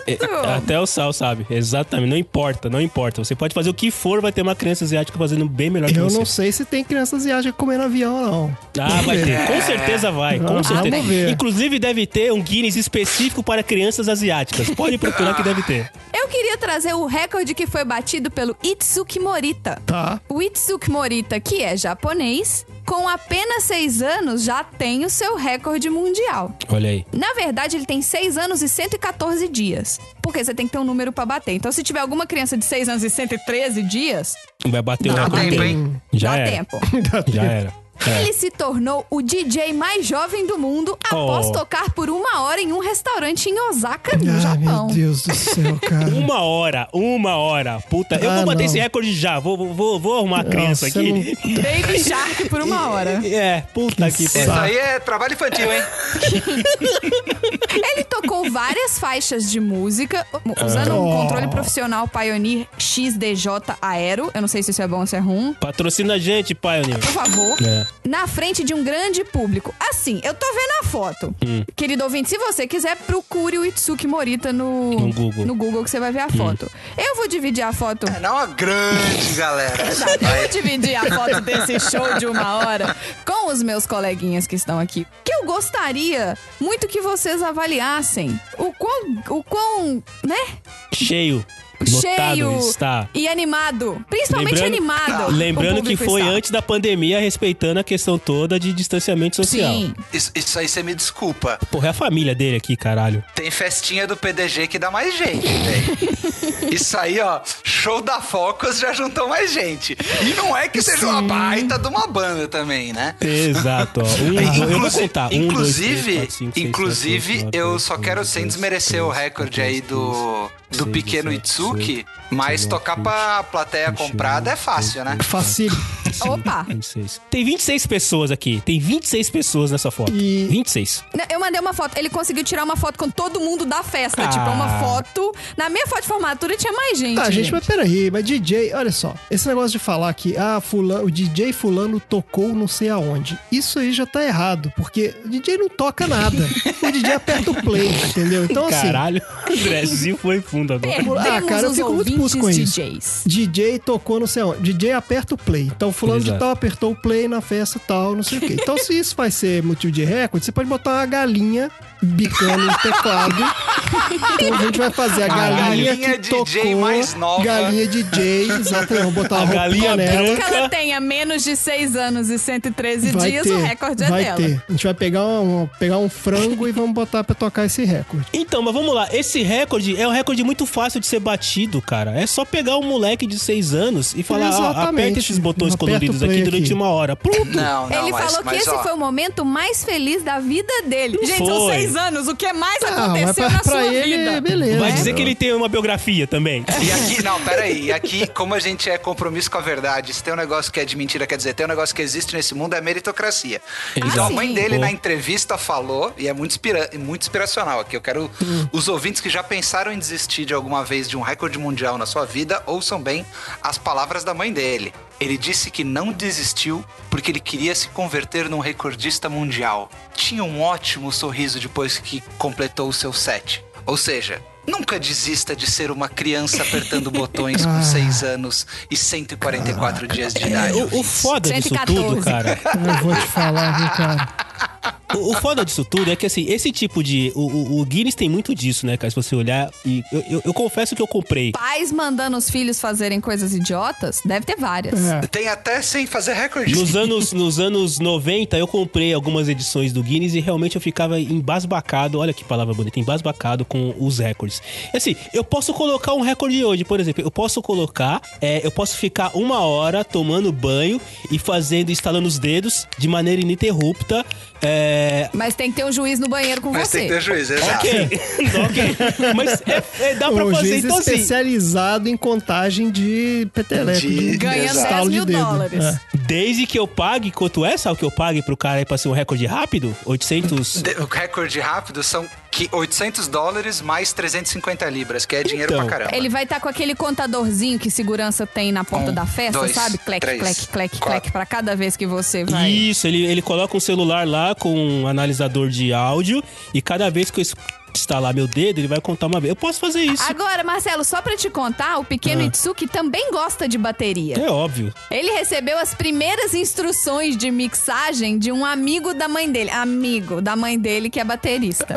É, Exato. Até o Sal sabe. Exatamente. Não importa, não importa. Você pode fazer o que for, vai ter uma criança asiática fazendo bem melhor que Eu você. não sei se tem criança asiática comendo avião, não. Ah, vai ter. Com certeza vai. Com Ah, Vamos certeza. ver. Inclusive deve ter um Guinness específico para crianças asiáticas. Pode procurar que deve ter. Eu queria trazer o recorde que foi batido pelo Itsuki Morita. Tá. O Itsuki Morita, que é japonês, com apenas seis anos já tem o seu recorde mundial. Olha aí. Na verdade, ele tem 6 anos e 114 dias. Porque você tem que ter um número pra bater. Então, se tiver alguma criança de 6 anos e 113 dias, Vai bater o Dá recorde. tempo, hein? Já dá era. tempo. Já era. É. Ele se tornou o DJ mais jovem do mundo após Oh. tocar por uma hora em um restaurante em Osaka, no Ai, meu Japão. Deus do céu, cara. Uma hora, uma hora. Puta, eu Ah, vou bater não. esse recorde já. Vou, vou- vou, vou arrumar a criança Nossa, aqui. Baby Shark por uma hora. É, puta Que que, saco. pariu. Isso aí é trabalho infantil, hein? Ele tocou várias faixas de música usando um Oh. controle profissional Pioneer XDJ Aero. Eu não sei se isso é bom ou se é ruim. Patrocina a gente, Pioneer. Por favor. É. na frente de um grande público. Assim, eu tô vendo a foto. Hum. Querido ouvinte, se você quiser, procure o Itsuki Morita no, No Google. Hum. que você vai ver a foto. Eu vou dividir a foto. É, Não a grande galera. Exato. Eu vou dividir a foto desse show de uma hora com os meus coleguinhas que estão aqui. Que eu gostaria muito que vocês avaliassem o quão, o quão né? Cheio. Cheio Lotado está. e animado. Principalmente animado. o lembrando que público foi está. antes da pandemia, respeitando a questão toda de distanciamento social. Sim. Isso, isso aí você me desculpa. Porra, é a família dele aqui, caralho. Tem festinha do PDG que dá mais gente, velho. Isso aí, ó, show da Focus já juntou mais gente. E não é que seja uma baita de uma banda também, né? Exato, ó. Um, Inclusive, eu vou contar. Um, dois, três, inclusive, quatro, cinco, seis, inclusive sete, oito, nove, eu dez, só onze, quero sem doze, desmerecer o treze, recorde aí do, quatorze, do quinze, pequeno dezessete, Itsuki, dezoito, mas dezenove, tocar vinte, pra plateia 21, comprada é fácil, né? Facílimo. Opa! 26. Tem 26 pessoas aqui. Tem 26 pessoas nessa foto. E- 26. Não, Eu mandei uma foto. Ele conseguiu tirar uma foto com todo mundo da festa. Ah. Tipo, é uma foto. Na minha foto de formatura tinha mais gente. Tá, gente, mas peraí, mas DJ, olha só. Esse negócio de falar que ah, fulano, o DJ fulano tocou não sei aonde. Isso aí já tá errado, porque o DJ não toca nada. o DJ aperta o play, entendeu? Então assim, Caralho, o Brasil foi fundo agora. Perdemos Ah, cara, eu os fico muito ouvintes puto com isso. DJs. DJ tocou não sei aonde. DJ aperta o play. Então fulano de Exato. tal apertou o play na festa tal, não sei o quê. Então se isso vai ser motivo de recorde, você pode botar uma galinha bicando no teclado. Então a gente vai fazer a A galinha, galinha que DJ tocou, mais nova. galinha DJ, exatamente, vamos botar uma A roupa galinha nela. branca. Que ela tenha menos de 6 anos e 113 dias, o recorde é vai dela. ter. A gente vai pegar um, pegar um frango e vamos botar pra tocar esse recorde. Então, mas vamos lá. Esse recorde é um recorde muito fácil de ser batido, cara. É só pegar um moleque de 6 anos e falar, ó, Exatamente. aperta esses botões Aperta o coloridos aqui play durante aqui. uma hora. Pronto. Não, não, Ele mas, falou que mas, esse ó, foi o momento mais feliz da vida dele. gente, são foi. seis anos. O que mais mas aconteceu pra, na pra sua ele, é vida? Né? beleza. Vai dizer que ele tem uma biografia também. E aqui, não, peraí. E aqui, como a gente é compromisso com a verdade, se tem um negócio que é de mentira, quer dizer, tem um negócio que existe nesse mundo, é meritocracia. Então a sim. mãe dele, Pô. na entrevista, falou, e é muito, inspira muito inspiracional aqui. Eu quero Hum. os ouvintes que já pensaram em desistir de alguma vez de um recorde mundial na sua vida, ouçam bem as palavras da mãe dele. Ele disse que não desistiu porque ele queria se converter num recordista mundial. Tinha um ótimo sorriso depois que completou o seu set. Ou seja, Nunca desista de ser uma criança apertando botões Ah. com 6 anos e 144 dias de idade. É, O, o foda disso 114. tudo, cara, Eu vou te falar, viu, cara? O, o foda disso tudo é que, assim, esse tipo de. O, o- o Guinness tem muito disso, né, cara? Se você olhar. E eu, eu- eu confesso que eu comprei. Pais mandando os filhos fazerem coisas idiotas? Deve ter várias. É. Tem até sem fazer recorde. Nos anos, nos anos 90, eu comprei algumas edições do Guinness e realmente eu ficava embasbacado. Olha que palavra bonita, embasbacado com os recordes. E, Assim, eu posso colocar um recorde hoje, por exemplo. Eu posso colocar. é, eu posso ficar uma hora tomando banho e fazendo, instalando os dedos de maneira ininterrupta. É, Mas tem que ter um juiz no banheiro com Mas você. tem que ter juiz, exato. Ok, ok. Mas é- é- dá pra Um fazer, juiz então assim. especializado em contagem de peteleco. De- De... Ganha Exato. 10 Estalo de mil dedo. dólares. É. Desde que eu pague, quanto é, Sal, que eu pague pro cara aí pra ser um recorde rápido? 800? De- O recorde rápido são que 800 dólares mais 350 libras, que é dinheiro Então. pra caramba. Ele vai estar com aquele contadorzinho que segurança tem na ponta Um, da festa, dois, sabe? Clec, três, clec, clec, quatro. clec, pra cada vez que você vai. Isso, ele, ele coloca um celular lá com um analisador de áudio e cada vez que eu es- instalar meu dedo, ele vai contar uma vez. Eu posso fazer isso. Agora, Marcelo, só pra te contar, o Ah. pequeno Itsuki também gosta de bateria. É óbvio. Ele recebeu as primeiras instruções de mixagem de um amigo da mãe dele. Amigo da mãe dele, que é baterista.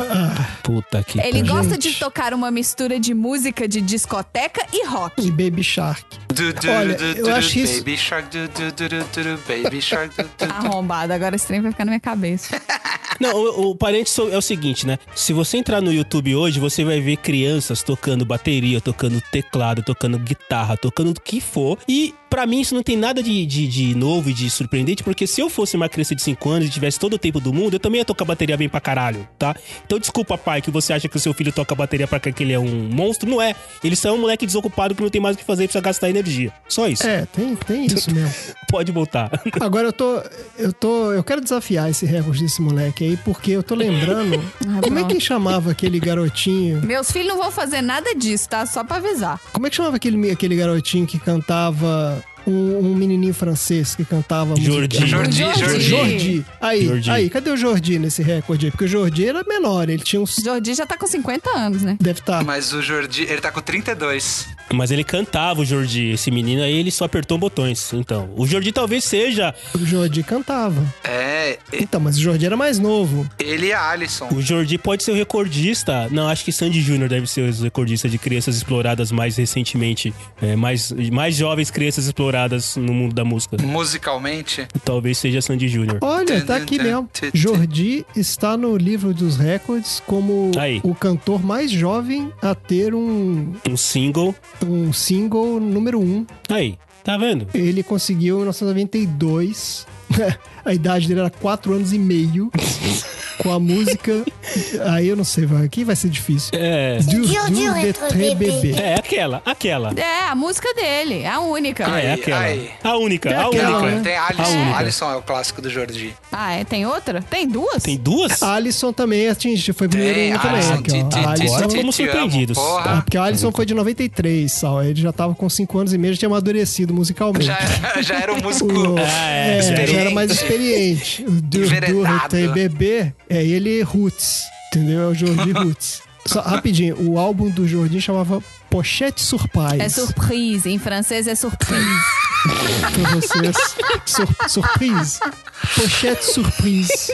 Puta que Ele pariu. gosta de tocar uma mistura de música de discoteca e rock. E Baby Shark. Du, du, Olha, du, eu du, acho isso- Baby Shark, du, du, du, du, du, Baby Shark, du, du, du. Arrombado, agora esse trem vai ficar na minha cabeça. Não, o, o parente so- é o seguinte, né? Se você entrar no YouTube hoje, você vai ver crianças tocando bateria, tocando teclado, tocando guitarra, tocando o que for. E pra mim isso não tem nada de, de, de novo e de surpreendente, porque se eu fosse uma criança de 5 anos e tivesse todo o tempo do mundo, eu também ia tocar bateria bem pra caralho, tá? Então desculpa, pai, que você acha que o seu filho toca bateria pra que que ele é um monstro. Não é. Ele só é um moleque desocupado que não tem mais o que fazer e precisa gastar energia. Só isso. É, tem, tem isso mesmo. Pode voltar. Agora eu tô. Eu tô. Eu quero desafiar esse recorde desse moleque aí, porque eu tô lembrando. Ah, como é pronto. que chamava aquele garotinho? Meus filhos não vão fazer nada disso, tá? Só pra avisar. Como é que chamava aquele, aquele garotinho que cantava um, um menininho francês que cantava música- Jordi. Jordi, Jordi. Jordi. Aí, Jordi. aí, cadê o Jordi nesse recorde aí? Porque o Jordi era menor, ele tinha uns. Jordi já tá com 50 anos, né? Deve tá, estar. Mas o Jordi, ele tá com 32. Mas ele cantava o Jordi, esse menino aí, ele só apertou botões. Então, o Jordi talvez seja. O Jordi cantava. É, Então, mas o Jordi era mais novo. ele e a Alisson. O Jordi pode ser o recordista. Não, acho que Sandy Júnior deve ser o recordista de crianças exploradas mais recentemente. É, mais, mais jovens crianças exploradas no mundo da música. Musicalmente, Talvez seja Sandy Júnior. Olha, tá aqui mesmo. Jordi está no livro dos recordes como Aí. o cantor mais jovem a ter um, Um single. um single número um. Aí, tá vendo? Ele conseguiu em 1992. a idade dele era 4 anos e meio. com a música. Aí eu não sei, vai. Aqui vai ser difícil. É. Du, du, Diu, diu, de retro, tre bebê. É aquela, aquela. É, a música dele, a única. Ah, é Aí, aquela. aí. A única, É a aquela, única. né? tem a A Alisson. única. A Alisson é o clássico do Jordi. Ah, é? Tem outra? Tem duas? Tem duas? Ah. Alisson também atingiu, foi primeiro É, Tem, ainda também. Alisson, aqui, ti, ó. ti, ti, ti, Alisson. fomos ti, te amo, surpreendidos. Ah, Porra. porque o Alisson foi de 93, Sal. Ele já tava com 5 anos e meio, já tinha amadurecido musicalmente. Já, já era um músico. O- é, é, já era experiente. mais experiente. O Dudu Enveredado. bebê é ele roots, entendeu? É o Jordi Roots. Só rapidinho, o álbum do Jordi chamava Pochette Surprise. É surprise, em francês é surprise. Pra vocês. Sur- surprise. Pochette Surprise.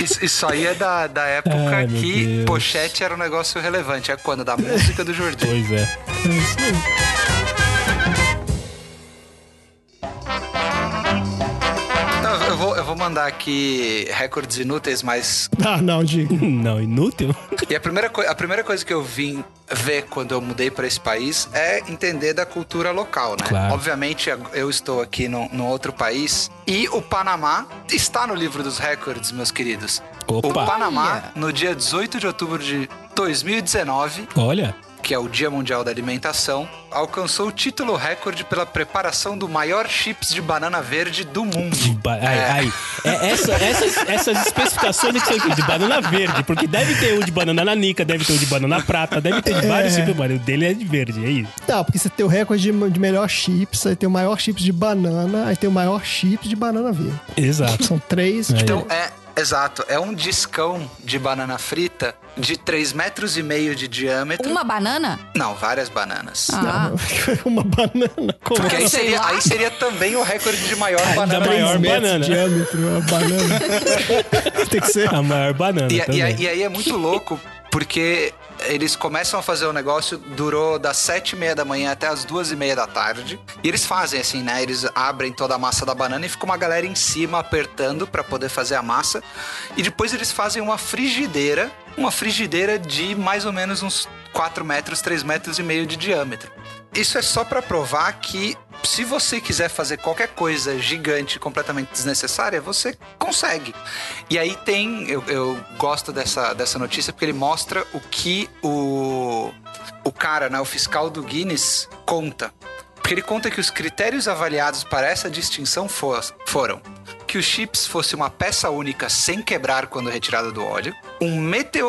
Isso, isso aí é da, da época Ai, meu que Deus. pochete era um negócio relevante. É quando? Da música do Jordi. Pois é. É isso aí. Então, eu, vou, eu vou mandar aqui recordes inúteis, mas. Ah, não, diga. Não, inútil. E a primeira, coi- a primeira coisa que eu vim ver quando eu mudei pra esse país é entender da cultura local, né? Claro. Obviamente, ag- eu estou aqui num, num outro país e o Panamá está no livro dos recordes, meus queridos. O Opa. Panamá, no dia 18 de outubro de 2019, Olha. que é o Dia Mundial da Alimentação, alcançou o título recorde pela preparação do maior chips de banana verde do mundo. De ba- Ai, ai. É, essa- essas, essas especificações é que são de banana verde, porque deve ter um de banana nanica, deve ter um de banana prata, deve ter de vários tipos, mano. O dele é de verde, é isso. Não, porque você tem o recorde de, de melhor chips, aí tem o maior chips de banana, aí tem o maior chips de banana verde. Exato. São três. Aí. Então, Então, é, exato, é um discão de banana frita de 3 metros e meio de diâmetro. Uma banana? Não, várias bananas. Ah, uma banana. Como? Porque aí Sei seria, lá. aí seria também o recorde de maior da banana. maior. Três metros banana. de diâmetro, é uma banana. tem que ser. A maior banana E, e- também. e aí é muito louco, porque eles começam a fazer o negócio, durou das sete e meia da manhã até as duas e meia da tarde. E eles fazem assim, né? Eles abrem toda a massa da banana e fica uma galera em cima apertando pra poder fazer a massa. E depois eles fazem uma frigideira, uma frigideira de mais ou menos uns 4 metros, 3 metros e meio de diâmetro. Isso é só pra provar que se você quiser fazer qualquer coisa gigante, completamente desnecessária, você consegue. E aí tem, eu, eu gosto dessa, dessa notícia porque ele mostra o que o, o cara, né, o fiscal do Guinness, conta. Porque ele conta que os critérios avaliados para essa distinção fo- foram que o chips fosse uma peça única sem quebrar quando retirada do óleo, um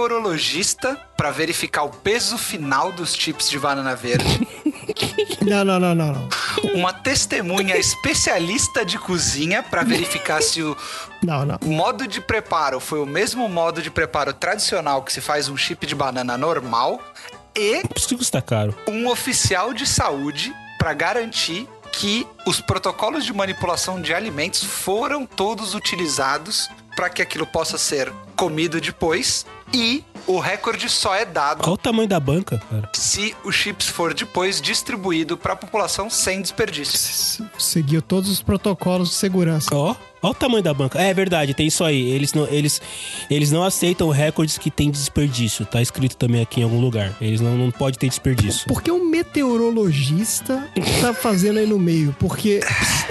meteorologista para verificar o peso final dos chips de banana verde, Não, não, não, não, não. uma testemunha especialista de cozinha para verificar se o, Não, não. o modo de preparo foi o mesmo modo de preparo tradicional que se faz um chip de banana normal e Por isso que custa caro. um oficial de saúde para garantir que os protocolos de manipulação de alimentos foram todos utilizados para que aquilo possa ser comido depois e o recorde só é dado Olha o tamanho da banca, cara. se o chips for depois distribuído para a população sem desperdício. S- Seguiu todos os protocolos de segurança. Ó, ó o tamanho da banca. É verdade, tem isso aí. Eles não, eles, eles não aceitam recordes que tem desperdício. Tá escrito também aqui em algum lugar. Eles não, não pode ter desperdício. Por que um meteorologista tá fazendo aí no meio? Porque.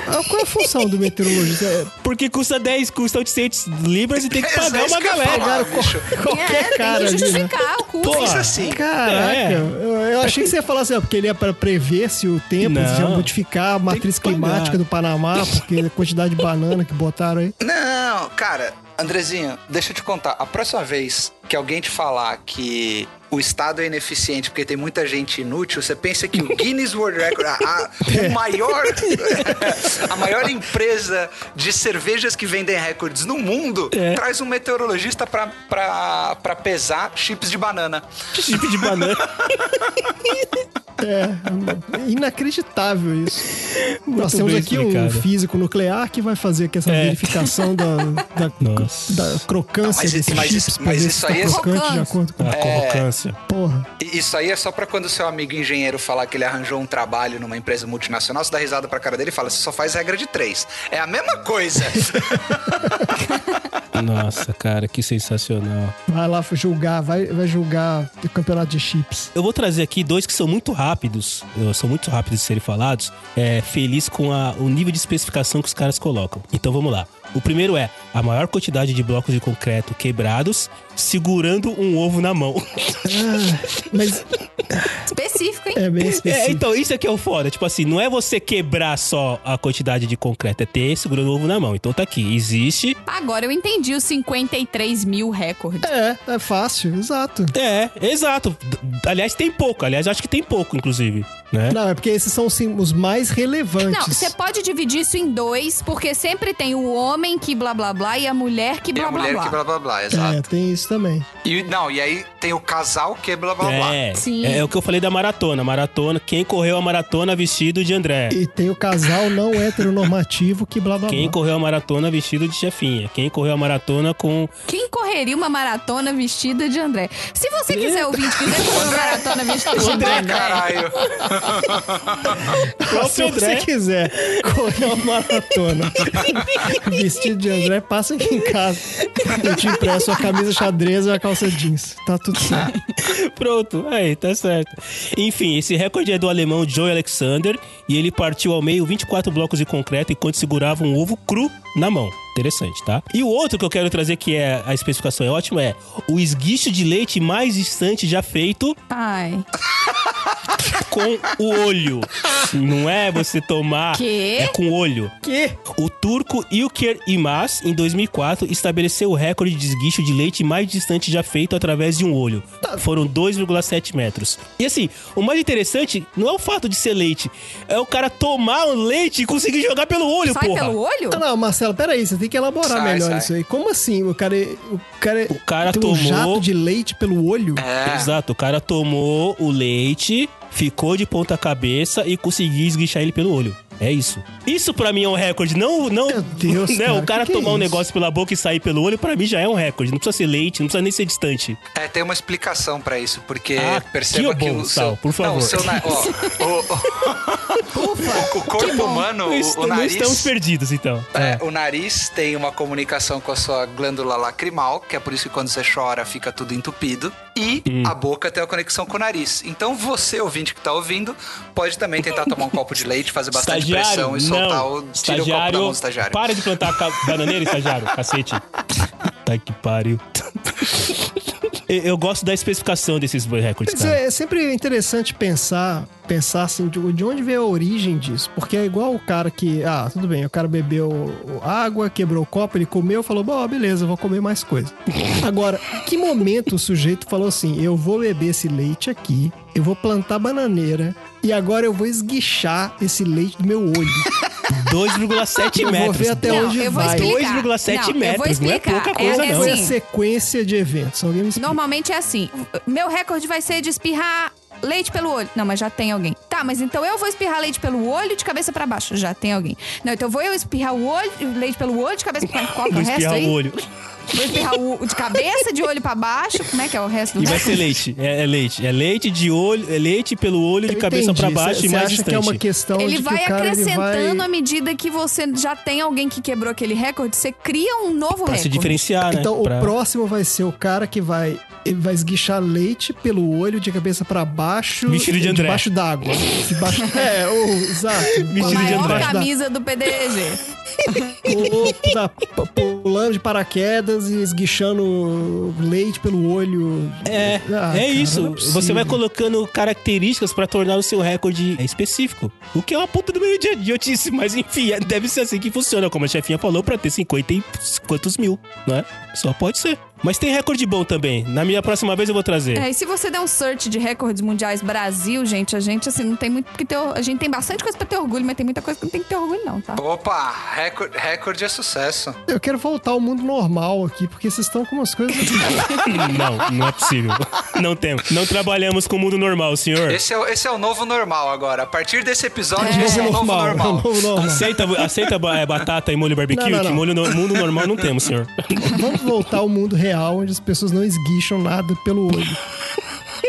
Ah, Qual é a função do meteorologista? É, Porque custa 10, custa 800 libras e tem que Isso é pagar isso uma que eu ia galera. falar, bicho. Qualquer é, cara tem que ali, né? justificar o custo. Pô, Pensa assim. Caraca, É. eu, eu achei que você ia falar assim, ó, porque ele é pra prever se o tempo, Não. se ia modificar a matriz que pagar. climática do Panamá, porque a quantidade de banana que botaram aí. Não, cara, Andrezinho, deixa eu te contar. A próxima vez que alguém te falar que o Estado é ineficiente porque tem muita gente inútil, você pensa que o Guinness World Record, a, a- o maior, a maior empresa de cervejas que vendem recordes no mundo, traz um meteorologista pra, pra, pra pesar chips de banana. Chip tipo de banana. É, é inacreditável isso. Nós Muito temos bem aqui explicado. um físico nuclear que vai fazer aqui essa É. verificação da, da, Nossa. da crocância Mas- desses mas chips isso- pra mas ver isso se tá aí é- crocante de acordo com A a convocância. porra. E Isso aí é só pra quando seu amigo engenheiro falar que ele arranjou um trabalho numa empresa multinacional, você dá risada pra cara dele e fala, você só faz regra de três. É a mesma coisa. Nossa, cara, que sensacional. Vai lá julgar, vai, vai julgar o campeonato de chips. Eu vou trazer aqui dois que são muito rápidos, eh, são muito rápidos de serem falados. É, feliz com a- o nível de especificação que os caras colocam. Então vamos lá. O primeiro é a maior quantidade de blocos de concreto quebrados segurando um ovo na mão. Mas Específico, hein? é bem É, específico. então, isso aqui é o foda. Tipo assim, não é você quebrar só a quantidade de concreto, é ter segurando o ovo na mão. Então tá aqui, existe. Agora eu entendi os 53 mil recordes. É, é fácil, exato. É, exato. D- Aliás, tem pouco. Aliás, eu acho que tem pouco, inclusive. Né? Não, é porque esses são sim, os mais relevantes. Não, você pode dividir isso em dois, porque sempre tem o homem que blá blá blá e a mulher que e blá a blá É mulher blá. que blá blá blá, exato. É, tem isso também. E, não, e aí tem o casal que blá blá blá. É, Sim. é, é o que eu falei da maratona. Maratona, quem correu a maratona vestido de André? E Uhum. tem o casal não heteronormativo que blá blá Quem blá. correu a maratona vestido de chefinha? Quem correu a maratona com. Quem correria uma maratona vestida de André? Se você quiser ouvinte, quiser correr uma maratona vestida de André, André. Caralho. Se você quiser correr uma maratona vestido de André, passa aqui em casa. Eu te impresso a camisa xadrez e a calça jeans. Tá tudo certo. Pronto, aí, tá certo. Enfim, esse recorde é do alemão Joe Alexander e ele partiu ao meio 24 blocos de concreto enquanto segurava um ovo cru na mão. Interessante, tá? E o outro que eu quero trazer, que é a especificação é ótima, é o esguicho de leite mais distante já feito Ai. com o olho. Não é você tomar. Quê? É com o olho. Que? O turco Ilker Imaz, em 2004, estabeleceu o recorde de esguicho de leite mais distante já feito através de um olho. Foram 2,7 metros. E assim, o mais interessante não é o fato de ser leite, é o cara tomar o leite e conseguir jogar pelo olho, Sai porra. pelo olho? Ah, não, Marcelo, peraí, você tem que elaborar Sai, melhor sai. isso aí. Como assim? O cara, o cara, O cara tem um tomou- jato de leite pelo olho? É. Exato, o cara tomou o leite, ficou de ponta cabeça e conseguiu esguichar ele pelo olho. É isso. Isso pra mim é um recorde. Não, não. Meu Deus, né, cara, o cara que que é tomar um isso? negócio pela boca e sair pelo olho, pra mim já é um recorde. Não precisa ser leite, não precisa nem ser distante. É, tem uma explicação pra isso, porque Ah, perceba que que, bom, o seu... Sal, por Não, o favor. seu na- ó, o- o- o corpo humano, Não est- o, o não nariz... estamos perdidos, então. É, o nariz tem uma comunicação com a sua glândula lacrimal, que é por isso que quando você chora fica tudo entupido. E a boca tem uma conexão com o nariz. Então você, ouvinte que tá ouvindo, pode também tentar tomar um copo de leite, fazer bastante pressão e soltar não. o. Tira o copo da mão do estagiário. Para de plantar ca- bananeira, estagiário. Cacete. Tá que pariu. Eu, eu gosto da especificação desses dois recordes, Mas cara. é, é sempre interessante pensar, pensar assim, de, de onde veio a origem disso. Porque é igual o cara que, ah, tudo bem, o cara bebeu água, quebrou o copo, ele comeu, falou, bom, beleza, eu vou comer mais coisa. Agora, em que momento o sujeito falou assim, eu vou beber esse leite aqui, eu vou plantar bananeira e agora eu vou esguichar esse leite do meu olho. 2,7 Eu vou metros. ver até não, onde eu vou vai. 2,7 explicar. Não, eu vou metros, não é explicar. pouca coisa, é não. Foi a Assim, sequência de eventos. Alguém me explica. Normalmente é assim. Meu recorde vai ser de espirrar leite pelo olho. Não, mas já tem alguém. Tá, mas então eu vou espirrar leite pelo olho de cabeça pra baixo. Já tem alguém. Não, então vou eu espirrar o olho, leite pelo olho de cabeça pra Qual que é Vou o resto espirrar aí? o olho. Vou espirrar o de cabeça, de olho pra baixo. Como é que é o resto do E vai recorde? ser leite. É, é leite. É leite de olho, é leite pelo olho de Eu cabeça entendi. pra baixo Cê- e cê mais acha distante. que é uma questão Ele de que vai o cara, ele vai- acrescentando à medida que você já tem alguém que quebrou aquele recorde, você cria um novo Pra se recorde. diferenciar, né? Então, Pra- o próximo vai ser o cara que vai, ele vai esguichar leite pelo olho, de cabeça pra baixo. Vestido de André. Debaixo d'ága. Debaixo... é, ou, exato. Com a Vestido de maior André. camisa do PDG. Pulou da- tá p- pulando de paraquedas e esguichando leite pelo olho. É, Ah, é cara, isso. não é possível. Você vai colocando características pra tornar o seu recorde é específico. O que é uma puta do meio de idiotice, mas enfim, é- deve ser assim que funciona, como a chefinha falou, pra ter 50 e quantos mil, né? Só pode ser. Mas tem recorde bom também. Na minha próxima vez eu vou trazer. É, e se você der um search de recordes mundiais Brasil, gente, a gente assim não tem muito que ter, a gente tem bastante coisa pra ter orgulho, mas tem muita coisa que não tem que ter orgulho não, tá? Opa, recorde, recorde é sucesso. Eu quero voltar ao mundo normal aqui, porque vocês estão com umas coisas. É, Não, não é possível. Não temos. Não trabalhamos com o mundo normal, senhor. Esse é, o- esse é o novo normal agora. A partir desse episódio, É. esse é o novo normal. é o novo normal. Aceita, aceita ba- é, batata e molho barbecue? Não, não, Que não. molho no mundo normal não temos, senhor. Vamos voltar ao mundo real, onde as pessoas não esguicham nada pelo olho.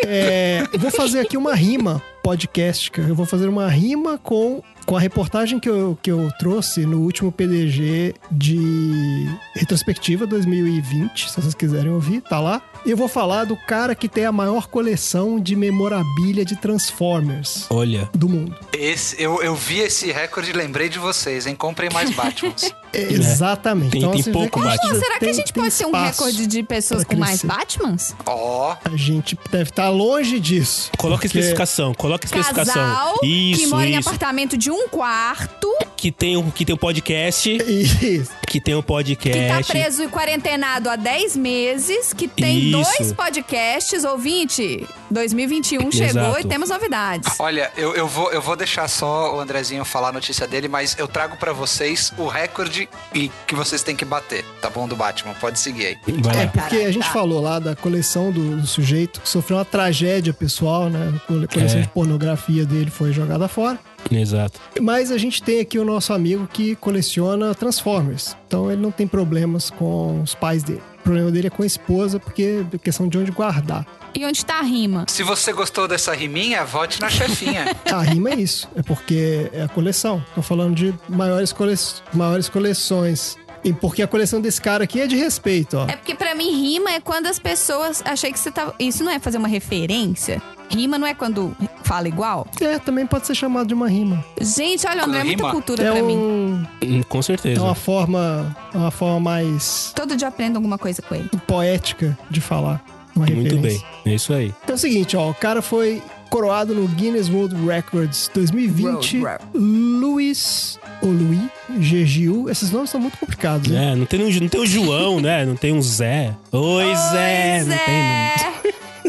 É, eu vou fazer aqui uma rima podcastica. Eu vou fazer uma rima com, com a reportagem que eu, que eu trouxe no último PDG de retrospectiva 2020. Se vocês quiserem ouvir, tá lá. Eu vou falar do cara que tem a maior coleção de memorabilia de Transformers Olha. do mundo. Esse, eu, eu vi esse recorde e lembrei de vocês, hein? Comprem mais Batmans. É, Exatamente. assim, Tem- tem vê pouco que Batman. precisa- Será que a tem- gente tem pode ter um espaço. recorde de pessoas pra com mais crescer. Batmans? Ó, A gente deve estar longe disso. Coloca porque- especificação, coloca especificação. Casal isso, que mora em isso. apartamento de um quarto, Que tem um, que tem um podcast, Isso. que tem um que tá podcast. preso e quarentenado há 10 meses, que Isso. tem dois podcasts, ouvinte. 2021 chegou Exato. e temos novidades. olha, eu, eu, vou, eu vou deixar só o Andrezinho falar a notícia dele, mas eu trago pra vocês o recorde e que vocês têm que bater, tá bom? Do Batman. Pode seguir aí. Vai É, lá. porque a gente falou lá da coleção do, do sujeito que sofreu uma tragédia pessoal, né? A cole- coleção É. de pornografia dele foi jogada fora. Exato. Mas a gente tem aqui o nosso amigo que coleciona Transformers. Então ele não tem problemas com os pais dele. O problema dele é com a esposa, porque é questão de onde guardar. E onde tá a rima? Se você gostou dessa riminha, vote na chefinha. A rima é isso, é porque é a coleção. Tô falando de maiores, cole... maiores coleções. E porque a coleção desse cara aqui é de respeito, ó. É porque pra mim rima é quando as pessoas achei que você tava, isso não é fazer uma referência. Rima não é quando fala igual. É, também pode ser chamado de uma rima. Gente, olha, o André é muita Rima. cultura É pra mim. um, Hum, Com é certeza. uma forma, é uma forma mais Todo dia eu aprendo alguma coisa com ele. poética de falar. Uma Muito referência. bem. É isso aí. Então é o seguinte, ó, o cara foi coroado no Guinness World Records 2020. World Luiz ou Luiz Gegiu. Esses nomes são muito complicados, né? É, não tem, um- não tem o João, né? Não tem um Zé. Oi, Zé. É, Não tem. né? não.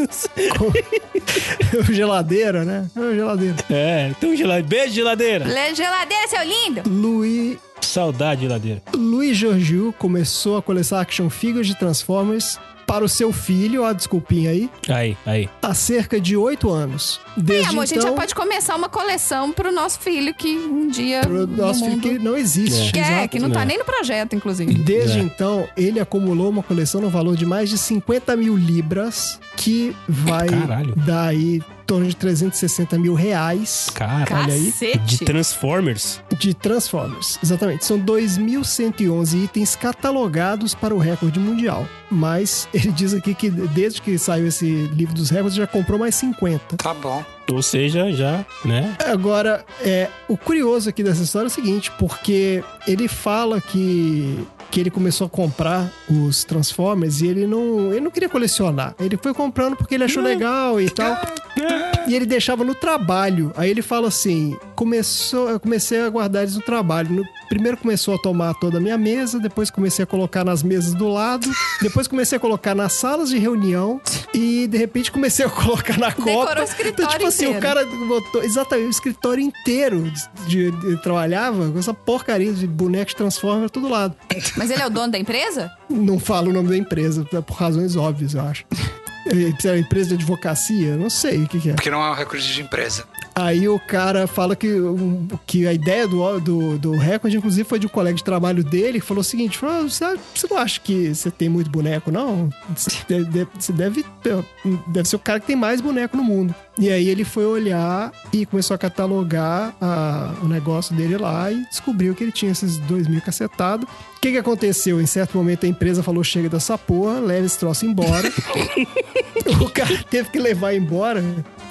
é. geladeira, né? É, geladeira. É, tem um geladeira. Beijo, geladeira. Lê geladeira, seu lindo! Luiz Saudade, geladeira. Luiz Georgiou começou a coleçar action figures de Transformers para o seu filho, ó, a desculpinha aí, Aí, aí. há cerca de 8 anos. É, Desde amor, a gente então, já pode começar uma coleção pro nosso filho que um dia. pro nosso no filho mundo... que não existe. Que é, que não tá né? nem no projeto, inclusive. Desde É. então, ele acumulou uma coleção no valor de mais de 50 mil libras, que vai Caralho. dar aí em torno de 360 mil reais Cara, olha aí. De Cacete! Transformers. de Transformers. Exatamente. São 2.111 itens catalogados para o recorde mundial. Mas ele diz aqui que desde que saiu esse livro dos recordes, já comprou mais 50. tá bom. Ou seja, já, né? Agora, é, o curioso aqui dessa história é o seguinte, porque ele fala que, que ele começou a comprar os Transformers e ele não, ele não queria colecionar. Ele foi comprando porque ele achou legal e tal. E ele deixava no trabalho. Aí ele fala assim: começou, eu comecei a guardar eles no trabalho. No- primeiro começou a tomar toda a minha mesa, depois comecei a colocar nas mesas do lado, depois comecei a colocar nas salas de reunião e de repente comecei a colocar na copa. Decorou o então, escritório tipo assim, o inteiro. cara botou exatamente o escritório inteiro de, de- de- trabalhava com essa porcaria de bonecos transforma todo lado. Mas ele é o dono da empresa? Não fala o nome da empresa, por razões óbvias, eu acho. É uma empresa de advocacia? Eu Não sei o que, que é. Porque não é um recorde de empresa. Aí o cara fala que, um, que a ideia do, do, do recorde, inclusive, foi de um colega de trabalho dele que falou o seguinte: falou, "Ah, você, você não acha que você tem muito boneco, não? Você deve, deve- você deve, ter- deve ser o cara que tem mais boneco no mundo. E aí ele foi olhar e começou a catalogar a- o negócio dele lá e descobriu que ele tinha esses dois mil cacetados. O que, que aconteceu? Em certo momento a empresa falou: chega dessa porra, leva esse troço embora. O cara teve que levar embora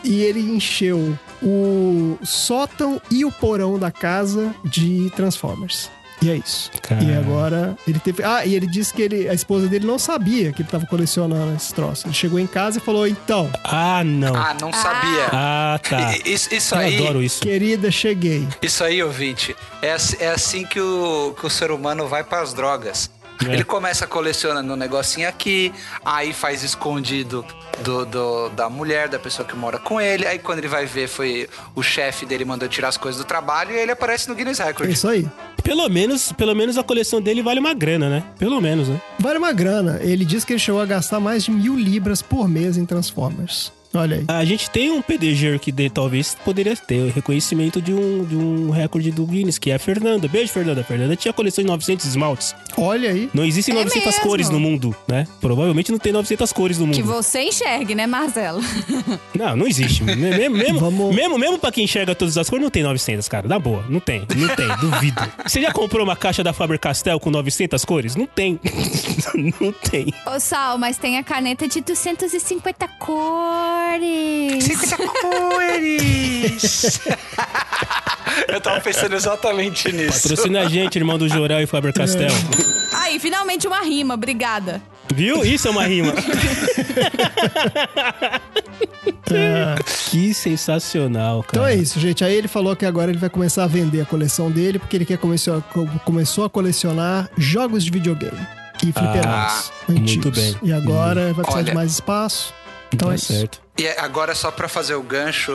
e ele encheu o sótão e o porão da casa de Transformers. E é isso. Cara. E agora ele teve. Ah, e ele disse que ele, a esposa dele não sabia que ele tava colecionando esses troços. Ele chegou em casa e falou: então, Ah, não. Ah, não sabia. Ah, tá. I- Isso, isso Eu aí. adoro isso. querida, cheguei. Isso aí, ouvinte. É, assi- é assim que o, que o ser humano vai para as drogas. Ele começa colecionando um negocinho aqui, aí faz escondido do, do- da mulher, da pessoa que mora com ele. Aí quando ele vai ver, foi o chefe dele mandou tirar as coisas do trabalho e ele aparece no Guinness É Record. isso aí. Pelo menos, pelo menos a coleção dele vale uma grana, né? Pelo menos, né? Vale uma grana. Ele diz que ele chegou a gastar mais de mil libras por mês em Transformers. Olha aí. A gente tem um PDG que de- talvez poderia ter o reconhecimento de um, de um recorde do Guinness, que é a Fernanda. Beijo, Fernanda. A Fernanda tinha coleção de 900 esmaltes. Olha aí. Não existem É 900 mesmo? cores no mundo, né? Provavelmente não tem 900 cores no mundo. Que você enxergue, né, Marcelo? Não, não existe. Me- me- Mesmo, Vamos- mesmo, mesmo pra quem enxerga todas as cores, não tem 900, cara. Na boa, não tem. Não tem, duvido. Você já comprou uma caixa da Faber-Castell com 900 cores? Não tem. Não tem. Ô, Sal, mas tem a caneta de 250 cores. 50 cores! Eu tava pensando exatamente nisso. Patrocina a gente, irmão do Jorel e Faber-Castell. Aí, finalmente uma rima, obrigada. Viu? Isso é uma rima. É. que sensacional, Então cara. é isso, gente. Aí ele falou que agora ele vai começar a vender a coleção dele, porque ele quer começou, co- começou a colecionar jogos de videogame e fliperamas antigos. Ah, muito bem. E agora vai precisar de Olha. mais espaço. Então é tá isso. certo. E agora, só pra fazer o gancho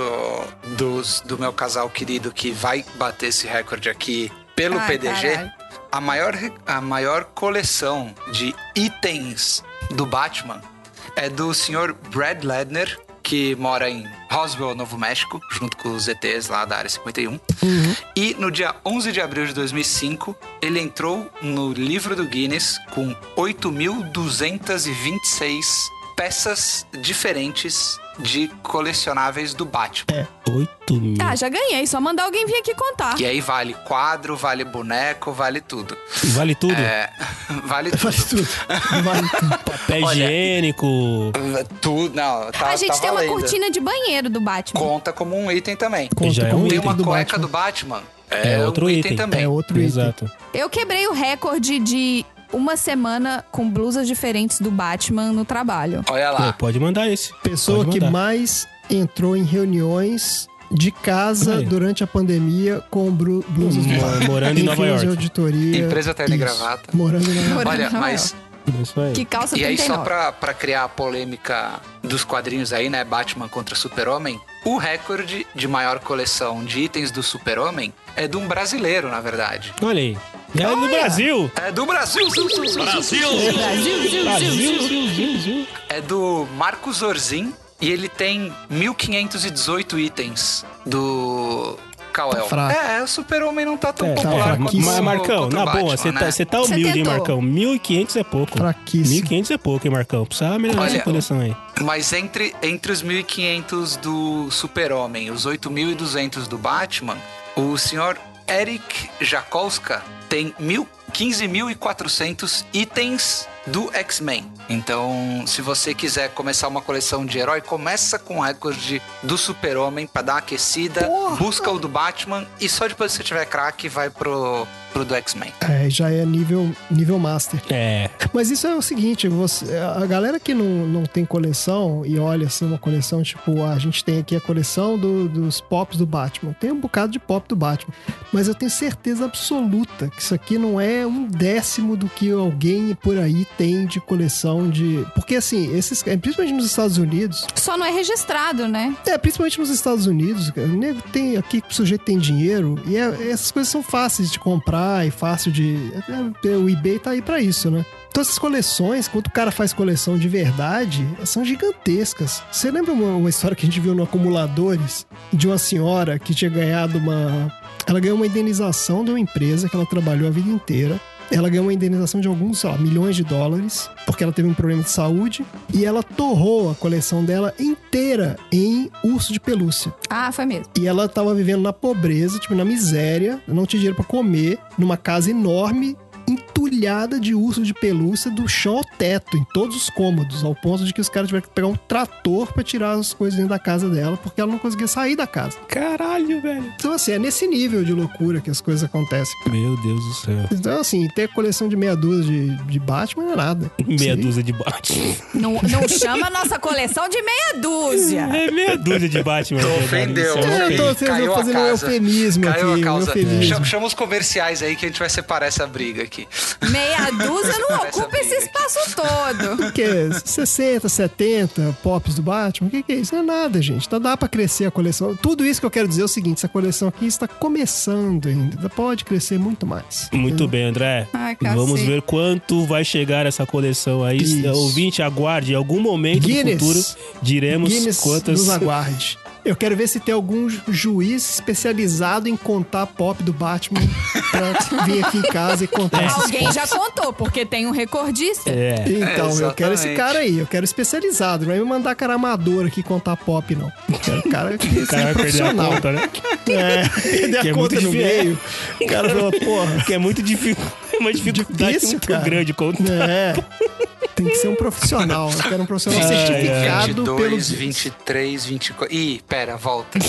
dos, do meu casal querido que vai bater esse recorde aqui pelo Ai, PDG, caralho. a maior, a maior coleção de itens do Batman é do senhor Brad Ledner, que mora em Roswell, Novo México, junto com os ETs lá da Área 51. E no dia 11 de abril de 2005, ele entrou no livro do Guinness com 8.226 peças diferentes de colecionáveis do Batman. 8 mil. Ah, já ganhei, só mandar alguém vir aqui contar. E aí vale quadro, vale boneco, vale tudo. Vale tudo? É, vale tudo. Faz tudo. Vale tudo. Pé olha. higiênico. Tudo, não, tá, a Ah, gente tá tem uma valendo. cortina de banheiro do Batman. Conta como um item também. Conta Já é como um Tem item uma do cueca Batman. do Batman. um É outro item. também. É outro item. Exato. Eu quebrei o recorde de uma semana com blusas diferentes do Batman no trabalho. Olha lá. Pô, pode mandar esse. Pessoa Pode que mandar. mais entrou em reuniões de casa Aí. durante a pandemia com bru- blusas do Mo- Batman. morando em Nova Filmes de York. auditoria. Empresa terno e Isso. gravata. Morando em Nova York. Morando Olha, em Nova mas É Isso aí. Que calça E 39. aí, só pra, pra criar a polêmica dos quadrinhos aí, né? Batman contra Super-Homem, o recorde de maior coleção de itens do Super-Homem é de um brasileiro, na verdade. Olha aí. É do Brasil. É do Brasil! zum, zum, zum, zum. Brasil, Zil, Zil, Brasil. Zil. Zil, Zil, Zil. É do Marcos Orzin e ele tem 1518 itens do. Kal-El. fraco. É, é, o Super-Homem não tá tão É, tá, popular é. quanto Ma- o Marcão, quanto o na boa, Batman, você né? tá, você tá Você humilde, hein, tentou. Marcão? 1.500 é pouco. Fraquíssimo. 1.500 é pouco, hein, Marcão? Precisa melhorar Olha, essa coleção aí. Mas entre, entre os 1.500 do Super-Homem e os 8.200 do Batman, o senhor Eric Jakowska tem mil- 15.400 itens do X-Men. Então, se você quiser começar uma coleção de herói, começa com o recorde do Super-Homem pra dar uma aquecida, busca o do Batman e só depois que você tiver craque vai pro, pro do X-Men. É, já é nível, nível master. É. Mas isso é o seguinte, você- a galera que não, não tem coleção e olha assim uma coleção, tipo, ah, a gente tem aqui a coleção do- dos pops do Batman. Tem um bocado de pop do Batman. Mas eu tenho certeza absoluta que isso aqui não é um décimo do que alguém por aí tem de coleção de. Porque assim, esses. Principalmente nos Estados Unidos, Só não é registrado, né? é, principalmente nos Estados Unidos, cara, o nego tem aqui que o sujeito tem dinheiro e é- essas coisas são fáceis de comprar e fácil de. é, é, o eBay tá aí pra isso, né? Então essas coleções, quando o cara faz coleção de verdade, elas são gigantescas. Você lembra uma, uma história que a gente viu no Acumuladores de uma senhora que tinha ganhado uma. Ela ganhou uma indenização de uma empresa que ela trabalhou a vida inteira. Ela ganhou uma indenização de alguns, sei lá, milhões de dólares, porque ela teve um problema de saúde e ela torrou a coleção dela inteira em urso de pelúcia. Ah, foi mesmo. E ela tava vivendo na pobreza, tipo, na miséria, não tinha dinheiro pra comer, numa casa enorme, entulhada de urso de pelúcia do chão ao teto, em todos os cômodos, ao ponto de que os caras tiveram que pegar um trator pra tirar as coisas dentro da casa dela, porque ela não conseguia sair da casa. Caralho, velho. Então, assim, é nesse nível de loucura que as coisas acontecem. Meu Deus do céu. Então, assim, ter coleção de meia dúzia de, de Batman não é nada. Meia Sim. dúzia de Batman. Não, não chama a nossa coleção de meia dúzia. É meia dúzia de Batman. Tu na verdade. ofendeu. Isso é- Eu tô, vocês Caiu vão a fazendo um casa. eufemismo Caiu aqui, a um causa. eufemismo. Chama, chama os comerciais aí que a gente vai separar essa briga aqui. aqui. Meia dúzia não Essa ocupa esse briga aqui. espaço todo. O que é? 60, 70 pops do Batman? O que, que é isso? Não é nada, gente. Tá, dá pra crescer a coleção. Tudo isso que eu quero dizer é o seguinte: essa coleção aqui está começando ainda. Pode crescer muito mais. Muito bem, André. Ai, cacete. Vamos ver quanto vai chegar essa coleção aí. Então, Isso. Ouvinte, aguarde. Em algum momento Guinness. no futuro diremos Guinness quantas. nos aguarde. Eu quero ver se tem algum ju- juiz especializado em contar pop do Batman pra vir aqui em casa e contar esses Alguém já contou, porque tem um recordista. É. Então, eu quero esse Exatamente. cara aí, eu quero especializado. Não vai me mandar cara amador aqui contar pop, não. Eu quero um cara que O cara vai perder a seja profissional. conta, né? É, perder a Que é conta muito no difícil. meio. O cara fala, porra, Que é muito difícil. É uma dificuldade Difícil, muito cara. grande contar. é. Tem que ser um profissional. Eu quero um profissional Ai, ai. certificado pelo. 22, 23, 24. Ih, pera, volta.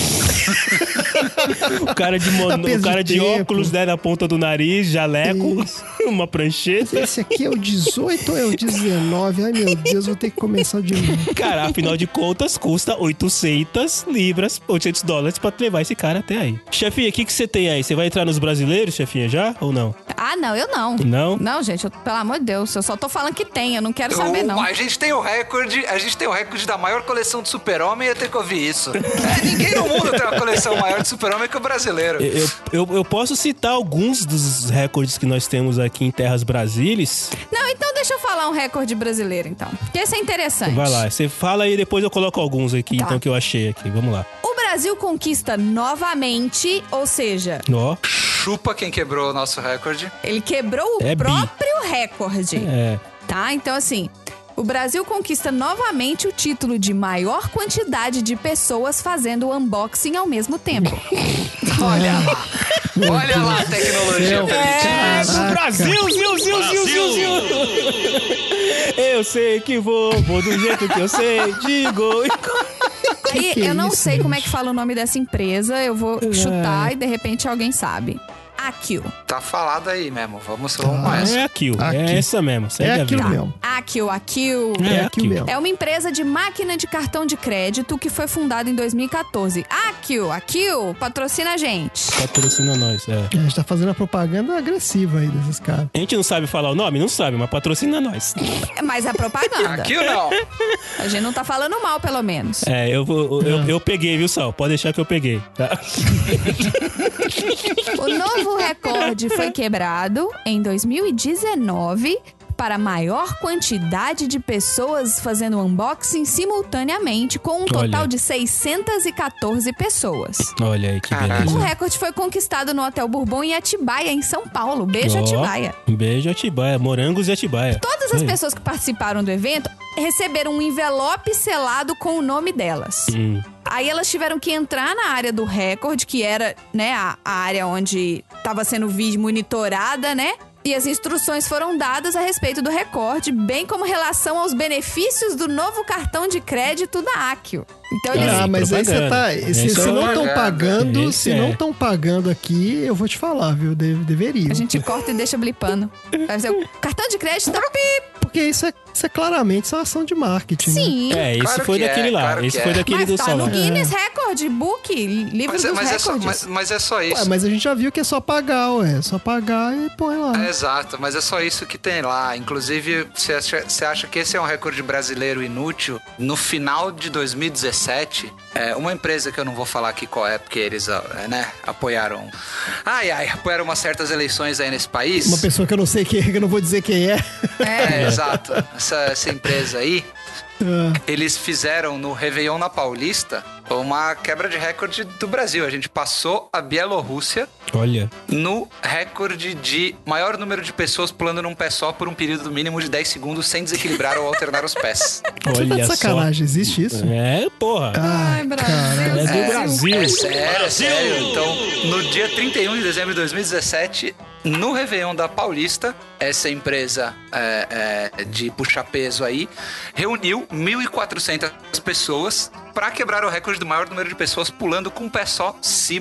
O cara de, mono- Tá perda o cara de de tempo. óculos, né? Na ponta do nariz, jaleco, Isso. uma prancheta. Esse aqui é o 18 ou é o 19? Ai meu Deus, vou ter que começar de novo. Cara, afinal de contas, custa 800 libras, 800 dólares pra levar esse cara até aí. Chefinha, o que que você tem aí? Você vai entrar nos brasileiros, chefinha, já? Ou não? Ah, não, eu não. Não? Não, gente, eu- pelo amor de Deus, eu só tô falando que tem, eu não quero Então saber, não. O- Então, A gente tem o recorde, a gente tem o recorde da maior coleção de super-homem e eu tenho que ouvir isso. É, ninguém no mundo tem uma coleção maior de super-homem que o brasileiro. Eu, eu, eu posso citar alguns dos recordes que nós temos aqui em Terras Brasílias. Não, então deixa eu falar um recorde brasileiro, então. Porque esse é interessante. Vai lá, você fala aí, depois eu coloco alguns aqui, Tá. então, que eu achei aqui. Vamos lá. O Brasil conquista novamente, ou seja, Ó, Chupa quem quebrou o nosso recorde. ele quebrou o É bi. próprio recorde. é. Tá? Então, assim, o Brasil conquista novamente o título de maior quantidade de pessoas fazendo unboxing ao mesmo tempo. Olha lá. Olha lá a tecnologia. É, Caraca. pro Brasil, ziu, ziu, ziu, ziu, ziu. Eu sei que vou, vou do jeito que eu sei, digo. Aí que é eu não isso, sei como é gente? que fala o nome dessa empresa, eu vou É. chutar e de repente alguém sabe. Akio. Tá falado aí mesmo. Vamos, vamos com essa. É aquilo, Aqui. é essa mesmo, segue É a aquilo vida. mesmo. Akio, Akio. É, É aquilo aquilo. mesmo. É uma empresa de máquina de cartão de crédito que foi fundada em 2014. Akio, Akio, patrocina a gente. Patrocina nós, é. A gente tá fazendo a propaganda agressiva aí desses caras. A gente não sabe falar o nome? Não sabe, mas patrocina nós. Mas é propaganda. Aqui ou não? A gente não tá falando mal, pelo menos. É, eu, vou- eu, eu, eu peguei, viu, Sal? Pode deixar que eu peguei. tá? O novo recorde foi quebrado em 2019 para a maior quantidade de pessoas fazendo unboxing simultaneamente, com um total Olha. de 614 pessoas. Olha aí que Caraca. O beleza. recorde foi conquistado no Hotel Bourbon em Atibaia, em São Paulo. Beijo, Ó, Atibaia. Um beijo, Atibaia. Morangos e Atibaia. Todas as Aí. pessoas que participaram do evento receberam um envelope selado com o nome delas. Hum. Aí elas tiveram que entrar na área do recorde, que era, né, a, a área onde estava sendo o vídeo monitorada, né? E as instruções foram dadas a respeito do recorde, bem como relação aos benefícios do novo cartão de crédito da Akio. Então eles Ah, Ah, mas aí você tá. propaganda. Se, Esse se é não estão propaganda. pagando, Esse se é. não estão pagando aqui, eu vou te falar, viu? De, deveriam. a gente corta e deixa blipando. Vai ser o cartão de crédito. tá? Pip. Porque isso é, isso é claramente só ação de marketing. né? Sim. É, esse Claro foi que é, daquele lá. claro que esse é. foi daquele Mas do tá Sal. no lá. Guinness Record Book, livro Mas, é- dos mas é só, recordes. mas, mas é só Ué, isso. mas a gente já viu que é só pagar, ué. É só pagar e põe lá. É, Exato, mas é só isso que tem lá. Inclusive, você acha, você acha que esse é um recorde brasileiro inútil? No final de 2017, é, uma empresa que eu não vou falar aqui qual é, porque eles ah, é, né, apoiaram. Ai, ai, apoiaram umas certas eleições aí nesse país. Uma pessoa que eu não sei quem é, que eu não vou dizer quem é. É, exato. Essa, essa empresa aí, Ah. eles fizeram no Réveillon na Paulista uma quebra de recorde do Brasil. A gente passou a Bielorrússia Olha. no recorde de maior número de pessoas pulando num pé só por um período mínimo de 10 segundos sem desequilibrar ou alternar os pés. Você tá Olha de só. sacanagem, existe isso? É, porra. Ai, É Brasil. do Brasil. É sério, é sério. Então, no dia 31 de dezembro de 2017, no Réveillon da Paulista, essa empresa é, é, de puxar peso aí reuniu 1.400 pessoas para quebrar o recorde do maior número de pessoas pulando com um pé só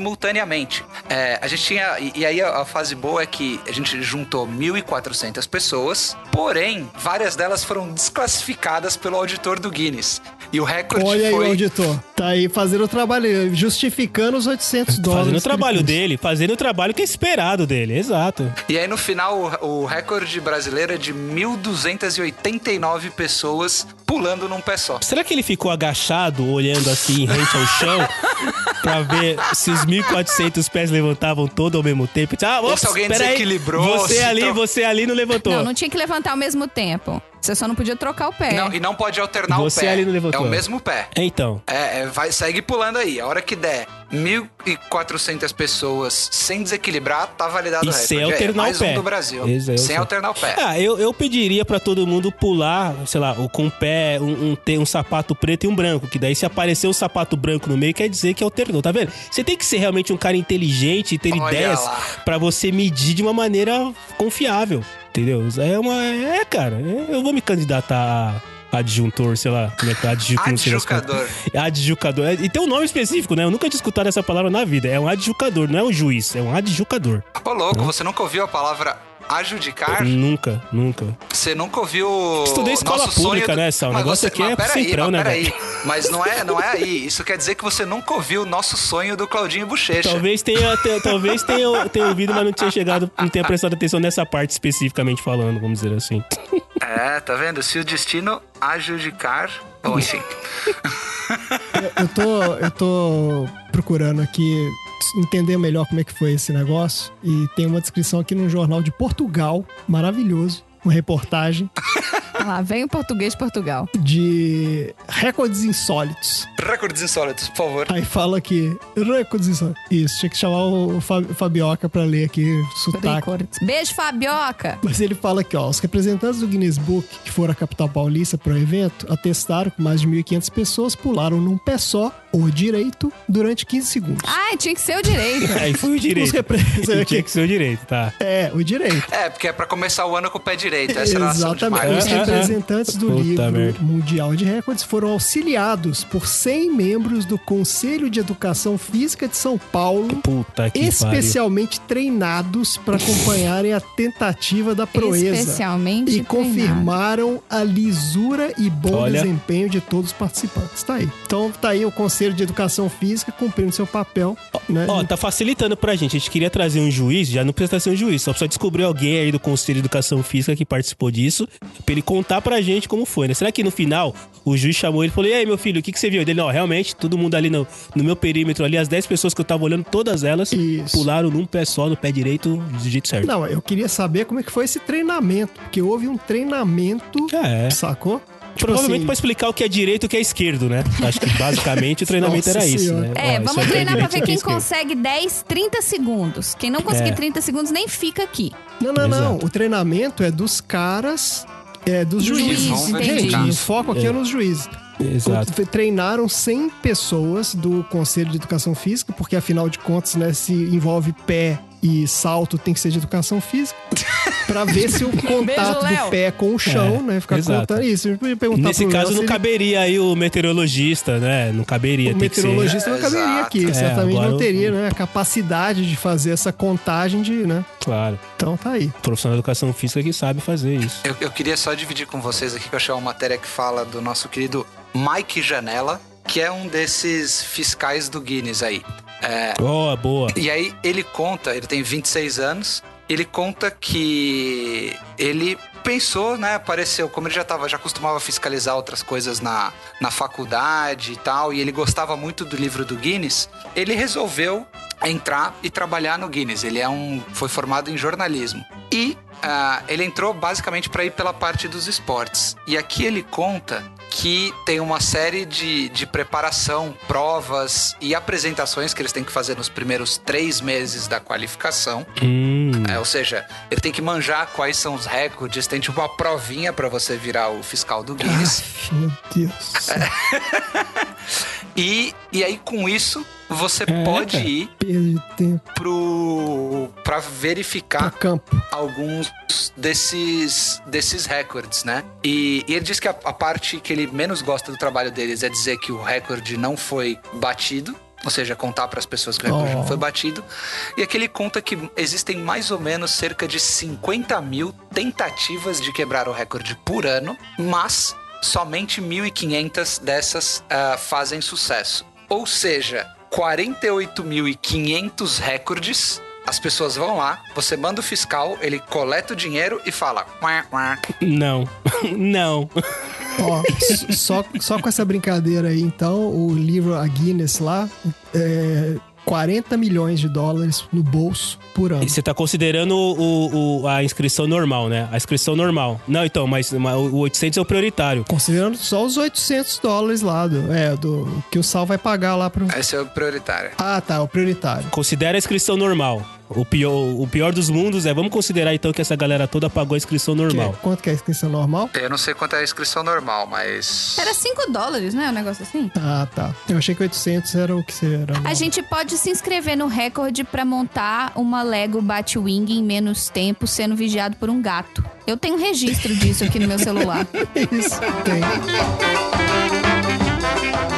simultaneamente. É, a gente tinha. E, e aí a, a fase boa é que a gente juntou 1.400 pessoas, porém, várias delas foram desclassificadas pelo auditor do Guinness. E o recorde Olha aí, foi. auditor. Tá aí fazendo o trabalho, justificando os 800 dólares. Fazendo o que ele trabalho custa. dele, fazendo o trabalho que é esperado dele, exato. E aí no final o, o recorde brasileiro é de 1.289 pessoas pulando num pé só. Será que ele ficou agachado, olhando assim, rente ao chão, pra ver se os 1.400 pés levantavam todo ao mesmo tempo? Ah, Ou ops, se alguém peraí, desequilibrou, Você se ali, tro- você ali não levantou. Não, não tinha que levantar ao mesmo tempo. Você só não podia trocar o pé. Não, e não pode alternar Você o pé. ali não é levantou. o mesmo pé. Então, É, é, vai, segue pulando aí. A hora que der 1.400 pessoas sem desequilibrar, tá validado E o recorde. sem alternar é, mais o pé. um do Brasil. Esse é o sem seu. alternar o pé. Ah, eu, eu pediria pra todo mundo pular, sei lá, o- com o pé, um, um, te- um sapato preto e um branco. Que daí, se aparecer o sapato branco no meio, quer dizer que alternou, tá vendo? Você tem que ser realmente um cara inteligente e ter Olha ideias lá. pra você medir de uma maneira confiável, entendeu? É uma. É, cara, é- eu vou me candidatar a adjuntor, sei lá, como é que é? Adju- não sei das quantas. Adjudicador. Adjucador. É, E tem um nome específico, né? Eu nunca tinha escutado essa palavra na vida. É um adjucador, não é um juiz, é um adjucador. Ô, louco, você nunca ouviu a palavra adjudicar? Hum. Nunca, nunca. Você nunca ouviu. Estudei escola nosso sonho pública, do- né, Sal? O Mas negócio você- aqui mas é peraí, cifrão, mas né, peraí. velho? Mas não é, não é aí. Isso quer dizer que você nunca ouviu o nosso sonho do Claudinho Bochecha. Talvez tenha, te- talvez tenha, tenha ouvido, mas não tinha chegado, não tenha prestado atenção nessa parte especificamente falando, vamos dizer assim. É, tá vendo? Se o destino adjudicar. Bom, enfim. Eu tô, eu tô procurando aqui entender melhor como é que foi esse negócio. E tem uma descrição aqui num jornal de Portugal, maravilhoso. Uma reportagem Olha Lá vem o português de Portugal. de recordes insólitos. Recordes insólitos, por favor. Aí fala aqui, recordes insólitos. Isso, tinha que chamar o Fa- Fabioca pra ler aqui o sotaque. Recordes. Beijo, Fabioca. Mas ele fala aqui, ó, os representantes do Guinness Book que foram à capital paulista para o evento atestaram que mais de 1.500 pessoas pularam num pé só, ou direito, durante 15 segundos. Ai, tinha que ser o direito. É, Aí foi o direito. Os representantes Tinha que ser o direito, tá. É, o direito. É, porque é pra começar o ano com o pé direito. Essa era a ação de Exatamente. marketing. É, Os é, é. representantes do Puta livro merda. mundial de recordes foram auxiliados por 100 membros do Conselho de Educação Física de São Paulo. Puta que pariu. especialmente treinados para acompanharem a tentativa da proeza Especialmente. e treinado. confirmaram a lisura e bom Olha. desempenho de todos os participantes. Tá aí. Então tá aí o Conselho de Educação Física cumprindo seu papel, né? Ó, tá facilitando pra gente. A gente queria trazer um juiz, já não precisa ser um juiz, só precisa descobrir alguém aí do Conselho de Educação Física que participou disso, pra ele contar pra gente como foi, né? Será que no final o juiz chamou ele e falou: E aí, meu filho, o que, que você viu? Ele, ó, realmente, todo mundo ali no, no meu perímetro, ali, as 10 pessoas que eu tava olhando, todas elas Isso. pularam num pé só, no pé direito, do jeito certo. Não, eu queria saber como é que foi esse treinamento, porque houve um treinamento, É. sacou? Tipo Provavelmente assim, pra explicar o que é direito e o que é esquerdo, né? Acho que basicamente o treinamento Nossa era isso, Senhora. né? Ó, É, isso vamos aqui treinar pra direito, ver isso aqui é quem esquerda. consegue 10, 30 segundos. Quem não conseguir É. 30 segundos nem fica aqui. Não, não, não. Exato. O treinamento é dos caras, é dos Juiz, juízes. vamos Gente, verificar. o foco aqui é, nos juízes. Exato. Tre- Treinaram 100 pessoas do Conselho de Educação Física, porque afinal de contas, né, se envolve pé e salto, tem que ser de educação física. Pra ver se o contato Léo. do pé com o chão, É, né? Ficar exato. contando isso. A gente podia perguntar Nesse pro Léo caso, se não ele- caberia aí o meteorologista, né? Não caberia, o tem que ser. meteorologista não É, caberia exato. aqui. É, certamente agora não eu- teria, né? A capacidade de fazer essa contagem de, né? Claro. Então tá aí. Profissional de educação física que sabe fazer isso. Eu, eu queria só dividir com vocês aqui que eu achei uma matéria que fala do nosso querido Mike Janela, que é um desses fiscais do Guinness aí. É, Ó, boa. e aí ele conta, ele tem 26 anos, ele conta que ele pensou, né, apareceu, como ele já tava, já costumava fiscalizar outras coisas na, na faculdade e tal, e ele gostava muito do livro do Guinness, ele resolveu entrar e trabalhar no Guinness. Ele é um foi formado em jornalismo. E ah, ele entrou basicamente para ir pela parte dos esportes. E aqui ele conta que tem uma série de, de preparação, provas e apresentações que eles têm que fazer nos primeiros três meses da qualificação. Hum. É, ou seja, ele tem que manjar quais são os recordes, tem tipo uma provinha para você virar o fiscal do Guinness. Meu Deus. do céu. E, e aí, com isso, você É, pode cara. ir Perda de tempo pro para verificar pra campo. alguns desses, desses recordes, né? E, e ele diz que a, a parte que ele menos gosta do trabalho deles é dizer que o recorde não foi batido. Ou seja, contar para as pessoas que o recorde Oh. não foi batido. E aqui ele conta que existem mais ou menos cerca de 50 mil tentativas de quebrar o recorde por ano, mas somente 1.500 dessas ah, fazem sucesso. Ou seja, 48.500 recordes. As pessoas vão lá, você manda o fiscal, ele coleta o dinheiro e fala. "Quá, quá". Não. não. Ó, s- só, só com essa brincadeira aí, então, o livro A Guinness lá, é 40 milhões de dólares no bolso por ano. E Você tá considerando o- o- a inscrição normal, né? A inscrição normal. Não, então, mas, mas o 800 é o prioritário. Considerando só os 800 dólares lá, do, é, do que o Sal vai pagar lá pro... Esse é o prioritário. Ah, tá, o prioritário. Considera a inscrição normal. O pior, o pior dos mundos é, vamos considerar então que essa galera toda pagou a inscrição Que é- normal. quanto que é a inscrição normal? Eu não sei quanto é a inscrição normal, mas. Era 5 dólares, né? Um negócio assim. Ah, tá. Eu achei que 800 era o que seria. A gente pode se inscrever no recorde pra montar uma Lego Batwing em menos tempo, sendo vigiado por um gato. Eu tenho registro disso aqui no meu celular. Isso, tem.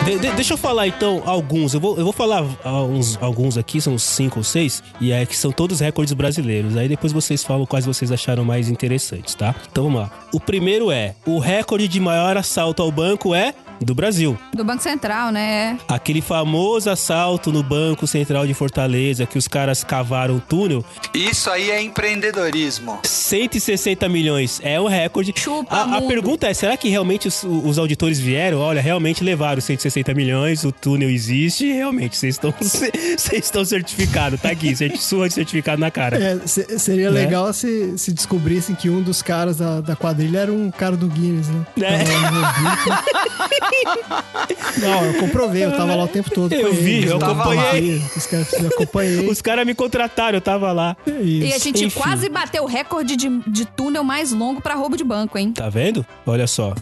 De- de- deixa eu falar então alguns. Eu vou, eu vou falar ah, uns- alguns aqui, são uns cinco ou seis, e é que são todos recordes brasileiros. Aí depois vocês falam quais vocês acharam mais interessantes, tá? Então vamos lá. O primeiro é: o recorde de maior assalto ao banco é do Brasil. Do Banco Central, né? Aquele famoso assalto no Banco Central de Fortaleza, que os caras cavaram o túnel. Isso aí é empreendedorismo. 160 milhões é o recorde. Chupa, A, a mundo. pergunta é: será que realmente os, os auditores vieram? Olha, realmente levaram os 160 milhões, o túnel existe, realmente, vocês estão, vocês estão certificados, tá aqui, certi- surra de certificado na cara. É, se- seria Né? legal se, se descobrissem que um dos caras da, da quadrilha era um cara do Guinness, né? Né? Tava lá envolvido. Então, Não, eu comprovei, eu tava lá o tempo todo. Eu com vi, eles, eu tava lá. acompanhei. Os caras eu acompanhei. Os caras me contrataram, eu tava lá. E a Isso. gente Enfim. quase bateu o recorde de, de túnel mais longo pra roubo de banco, hein? Tá vendo? Olha só.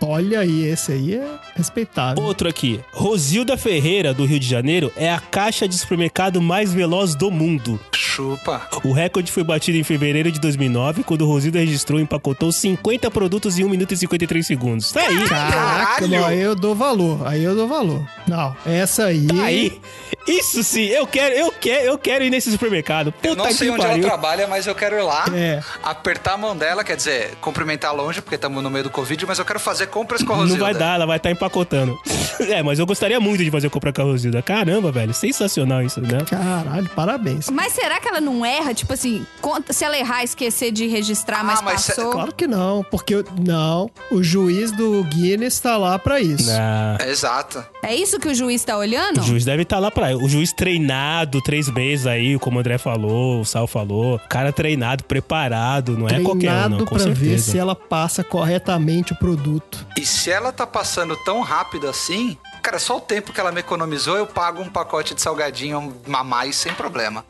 Olha aí, esse aí é respeitável. Outro aqui. Rosilda Ferreira, do Rio de Janeiro, é a caixa de supermercado mais veloz do mundo. Chupa. O recorde foi batido em fevereiro de 2009, quando Rosilda registrou e empacotou 50 produtos em 1 minuto e 53 segundos. Tá aí. Caraca, Caralho! não, aí eu dou valor, aí eu dou valor. Não, essa aí. Tá aí. Isso sim, eu quero, eu quero, eu quero ir nesse supermercado. Puta Eu não sei que onde ela pariu. trabalha, mas eu quero ir lá, É. apertar a mão dela, quer dizer, cumprimentar longe, porque estamos no meio do Covid, mas eu quero fazer compras com a Não Rosilda. vai dar, ela vai estar empacotando. É, mas eu gostaria muito de fazer o compra com a Rosilda. Caramba, velho, sensacional isso, né? Caralho, parabéns. Mas será que ela não erra? Tipo assim, conta- se ela errar, esquecer de registrar, Ah, mas, mas cê- passou. É Claro que não, porque eu- não, o juiz do Guinness tá lá pra isso. Ah, Exato. É isso que o juiz tá o olhando? juiz deve estar lá pra. O juiz treinado três meses aí, como o André falou, o Sal falou. O Cara treinado, preparado, não é qualquer um, Treinado não, com pra ver certeza. se ela passa corretamente o produto. E se ela tá passando tão rápido assim, cara, só o tempo que ela me economizou, eu pago um pacote de salgadinho a mais sem problema.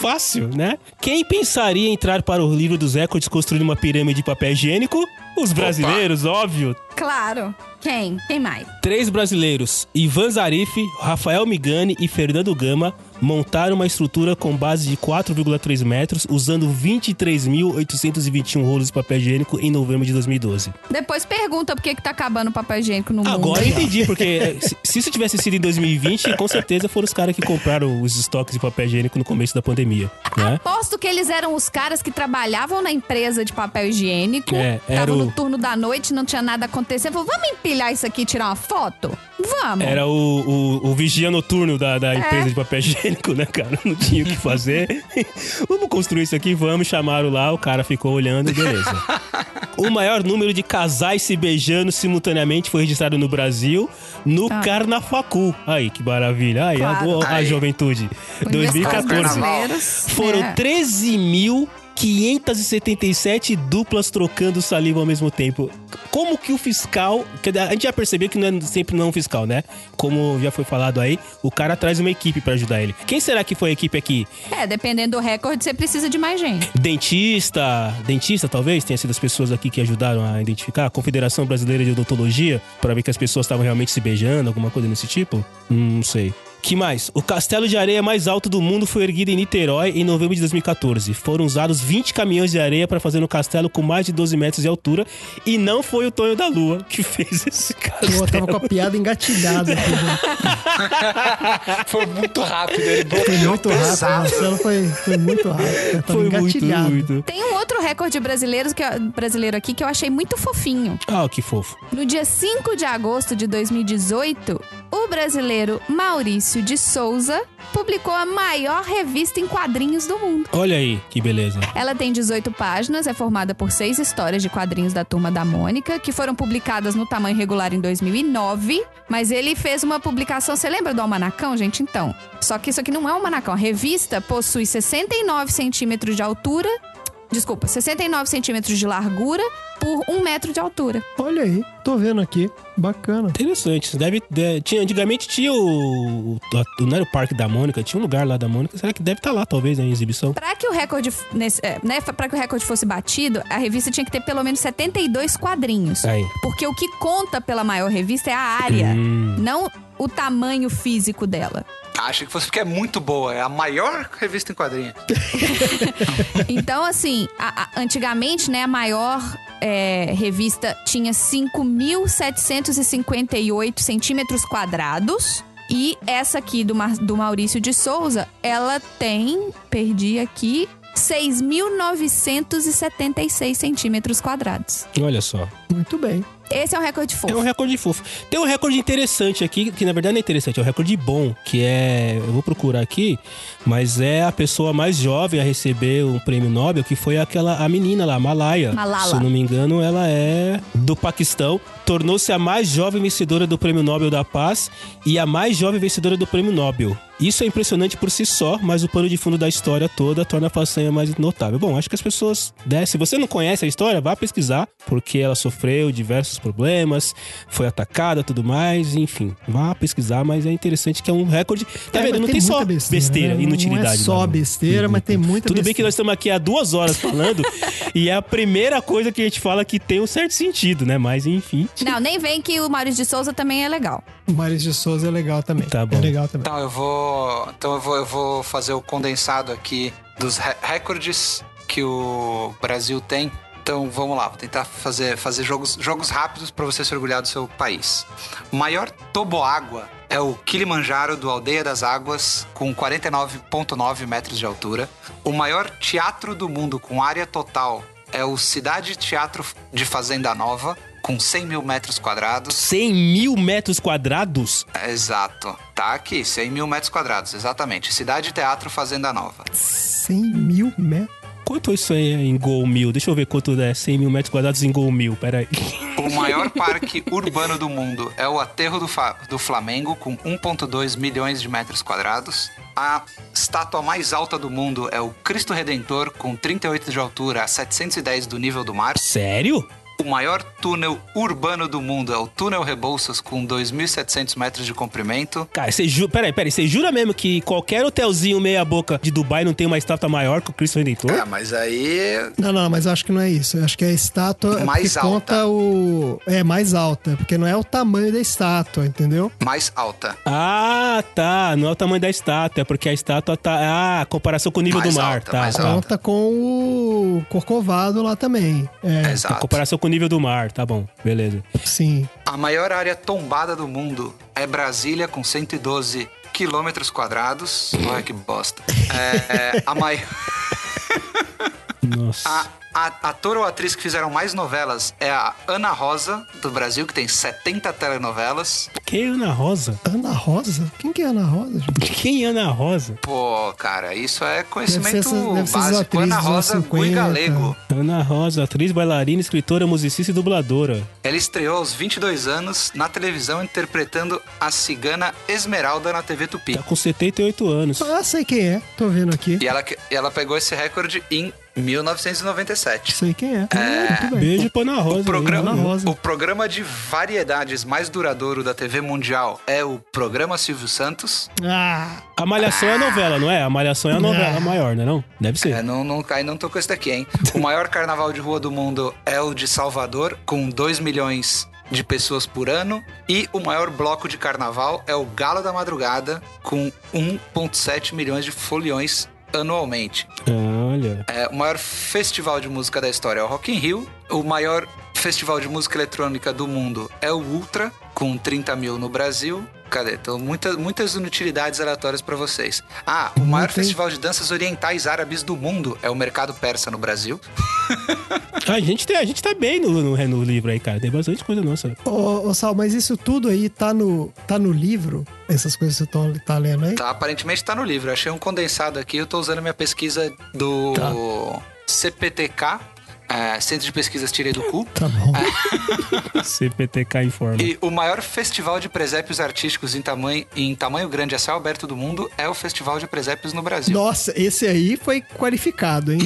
Fácil, né? Quem pensaria em entrar para o livro dos recordes construindo uma pirâmide de papel higiênico? Os brasileiros, óbvio. Claro. Quem? Quem mais? Três brasileiros, Ivan Zarif, Rafael Migani e Fernando Gama, montaram uma estrutura com base de 4,3 metros usando 23.821 rolos de papel higiênico em novembro de 2012. Depois pergunta por que, que tá acabando o papel higiênico no mundo. Agora eu entendi, porque eh, se- se isso tivesse sido em 2020, com certeza foram os caras que compraram os estoques de papel higiênico no começo da pandemia, né? Aposto que eles eram os caras que trabalhavam na empresa de papel higiênico, É, era estavam o- no turno da noite, não tinha nada acontecendo. Falou, vamos empilhar isso aqui e tirar uma foto? Vamos. Era o, o, o vigia noturno da, da empresa de papel higiênico, né, cara? Não tinha o que fazer. vamos construir isso aqui, vamos. Chamaram lá, o cara ficou olhando e beleza. o maior número de casais se beijando simultaneamente foi registrado no Brasil, no Carnafacu. Aí, que maravilha. Aí, Claro. a, a Aí. juventude. Universidade dos 2014. Brasileiros, Foram né? 13.000 577 duplas trocando saliva ao mesmo tempo. Como que o fiscal. quer dizer, A gente já percebeu que não é sempre não fiscal, né? Como já foi falado aí, o cara traz uma equipe pra ajudar ele. Quem será que foi a equipe aqui? É, dependendo do recorde, você precisa de mais gente. Dentista, dentista talvez tenha sido as pessoas aqui que ajudaram a identificar. Confederação Brasileira de Odontologia, pra ver que as pessoas estavam realmente se beijando, alguma coisa desse tipo. Hum, não sei. Que mais? O castelo de areia mais alto do mundo foi erguido em Niterói em novembro de 2014. Foram usados 20 caminhões de areia pra fazer um castelo com mais de 12 metros de altura e não foi o Tonho da Lua que fez esse castelo. Eu tava com a piada engatilhada aqui, gente. Foi muito rápido, ele botou Foi muito rápido. pesado. Marcelo foi, foi muito rápido. Eu tava Foi muito, engatilhado. muito. Tem um outro recorde brasileiro, que, eu- brasileiro aqui que eu achei muito fofinho. Ah, que fofo. No dia 5 de agosto de 2018, o brasileiro Maurício de Souza publicou a maior revista em quadrinhos do mundo. Olha aí, que beleza. Ela tem 18 páginas, é formada por seis histórias de quadrinhos da Turma da Mônica, que foram publicadas no tamanho regular em 2009, mas ele fez uma publicação, você lembra do Almanacão, gente? Então, só que isso aqui não é um almanacão. A revista possui 69 centímetros de altura, desculpa, 69 centímetros de largura por 1 metro de altura. Olha aí, tô vendo aqui. Bacana. Interessante. isso Deve, de- tinha, antigamente tinha o, o. Não era o Parque da Mônica? Tinha um lugar lá da Mônica. Será que deve estar lá, talvez, né, em exibição? Pra que o recorde, f- nesse- é, né, para que o recorde fosse batido, a revista tinha que ter pelo menos 72 quadrinhos. Aí. Porque o que conta pela maior revista é a área, Hum, não o tamanho físico dela. Acho que fosse porque é muito boa. É a maior revista em quadrinhos. Então, assim, a- a- antigamente, né, a maior é, revista tinha 5.758 centímetros quadrados. E essa aqui do, Mar- do Maurício de Souza, ela tem, perdi aqui, 6.976 centímetros quadrados. Olha só. Muito bem. Esse é um recorde É um fofo. recorde fofo. Tem um recorde interessante aqui, que na verdade não é interessante, é um recorde bom, que é. Eu vou procurar aqui, mas é a pessoa mais jovem a receber um prêmio Nobel, que foi aquela a menina lá, a Malaya. Malala. Se eu não me engano, ela é do Paquistão. Tornou-se a mais jovem vencedora do prêmio Nobel da Paz e a mais jovem vencedora do prêmio Nobel. Isso é impressionante por si só, mas o pano de fundo da história toda torna a façanha mais notável. Bom, acho que as pessoas. Né, se você não conhece a história, vá pesquisar, porque ela sofreu diversos problemas, foi atacada tudo mais, enfim. Vá pesquisar, mas é interessante que é um recorde. Tá É, vendo? mas Não tem tem, só muita besteira, besteira, né? Não é inutilidade. só lá no- besteira, mas tem muita Tudo bem que besteira. nós estamos aqui há duas horas falando e é a primeira coisa que a gente fala que tem um certo sentido, né? Mas enfim. Não, nem vem que o Maurício de Souza também é legal. O Maurício de Souza é legal também. Tá bom. É legal também. Então eu vou. Então eu vou, eu vou fazer o condensado aqui dos re- recordes que o Brasil tem. Então vamos lá, vou tentar fazer, fazer jogos, jogos rápidos para você se orgulhar do seu país. O maior toboágua é o Kilimanjaro do Aldeia das Águas, com 49,9 metros de altura. O maior teatro do mundo com área total é o Cidade Teatro de Fazenda Nova, com 100 mil metros quadrados. 100 mil metros quadrados? Exato. Tá aqui, 100 mil metros quadrados, exatamente. Cidade Teatro Fazenda Nova. 100 mil metros. Quanto isso aí é em gol mil? Deixa eu ver quanto é 100 mil metros quadrados em gol mil. Peraí. O maior parque urbano do mundo é o Aterro do, Fa- do Flamengo, com 1,2 milhões de metros quadrados. A estátua mais alta do mundo é o Cristo Redentor, com 38 de altura a 710 do nível do mar. Sério? O maior túnel urbano do mundo é o Túnel Rebouças, com 2.700 metros de comprimento. Cara, você jura. Peraí, peraí. Você jura mesmo que qualquer hotelzinho meia-boca de Dubai não tem uma estátua maior que o Cristo Redentor? Ah, mas aí Não, não, mas eu acho que não é isso. Eu acho que é a estátua é Mais porque alta. conta o. É, mais alta. Porque não é o tamanho da estátua, entendeu? mais alta. Ah, tá. Não é o tamanho da estátua, é porque a estátua tá. Ah, a comparação com o nível Mais do mar, alta, tá. mais tá. alta. Conta com o Corcovado lá também. É, A Exato. comparação com o nível do mar, tá bom. Beleza. sim. A maior área tombada do mundo é Brasília, com 112 quilômetros quadrados. Olha que bosta. É, é, a, mai... Nossa. a, a ator ou atriz que fizeram mais novelas é a Ana Rosa, do Brasil, que tem 70 telenovelas. Quem é Ana Rosa? Ana Rosa? Quem que é Ana Rosa, gente? Quem é Ana Rosa? Pô, cara, isso é conhecimento Deve ser essas- deve ser essas básico. atrizes Ana dos Rosa anos Gui 50. Galego. Ana Rosa, atriz, bailarina, escritora, musicista e dubladora. Ela estreou aos 22 anos na televisão interpretando a cigana Esmeralda na TV Tupi. Tá com 78 anos. Ah, sei quem é. Tô vendo aqui. E ela, e ela pegou esse recorde em 1997. Sei quem é. Ah, muito bem. Beijo pra Ana Rosa. O programa, hein? Ana Rosa. o programa de variedades mais duradouro da TV mundial é o programa Silvio Santos. Ah, A Malhação é a novela, não é? A Malhação é a novela Ah. maior, não é não? Deve ser. É, não, não, aí não tô com esse daqui, hein? O maior carnaval de rua do mundo é o de Salvador, com 2 milhões de pessoas por ano. E o maior bloco de carnaval é o Gala da Madrugada, com 1,7 milhões de foliões anualmente. Olha. É, o maior festival de música da história é o Rock in Rio. O maior festival de música eletrônica do mundo é o Ultra, com 30 mil no Brasil. Cadê? Então, muitas, muitas inutilidades aleatórias pra vocês. Ah, o maior festival de danças orientais árabes do mundo é o Mercado Persa no Brasil. A gente, tem, a gente tá bem no, no, no livro aí, cara. Tem bastante coisa nossa. ô, ô Sal, mas isso tudo aí tá no, tá no livro? Essas coisas que você tá, tá lendo aí? Tá, aparentemente tá no livro. Eu Achei um condensado aqui. Eu tô usando minha pesquisa do CPTK, é, Centro de Pesquisas Tirei do Cu. Tá bom. CPTK informa. E o maior festival de presépios artísticos em tamanho, em tamanho grande a céu aberto do mundo é o Festival de Presépios no Brasil. Nossa, esse aí foi qualificado, hein?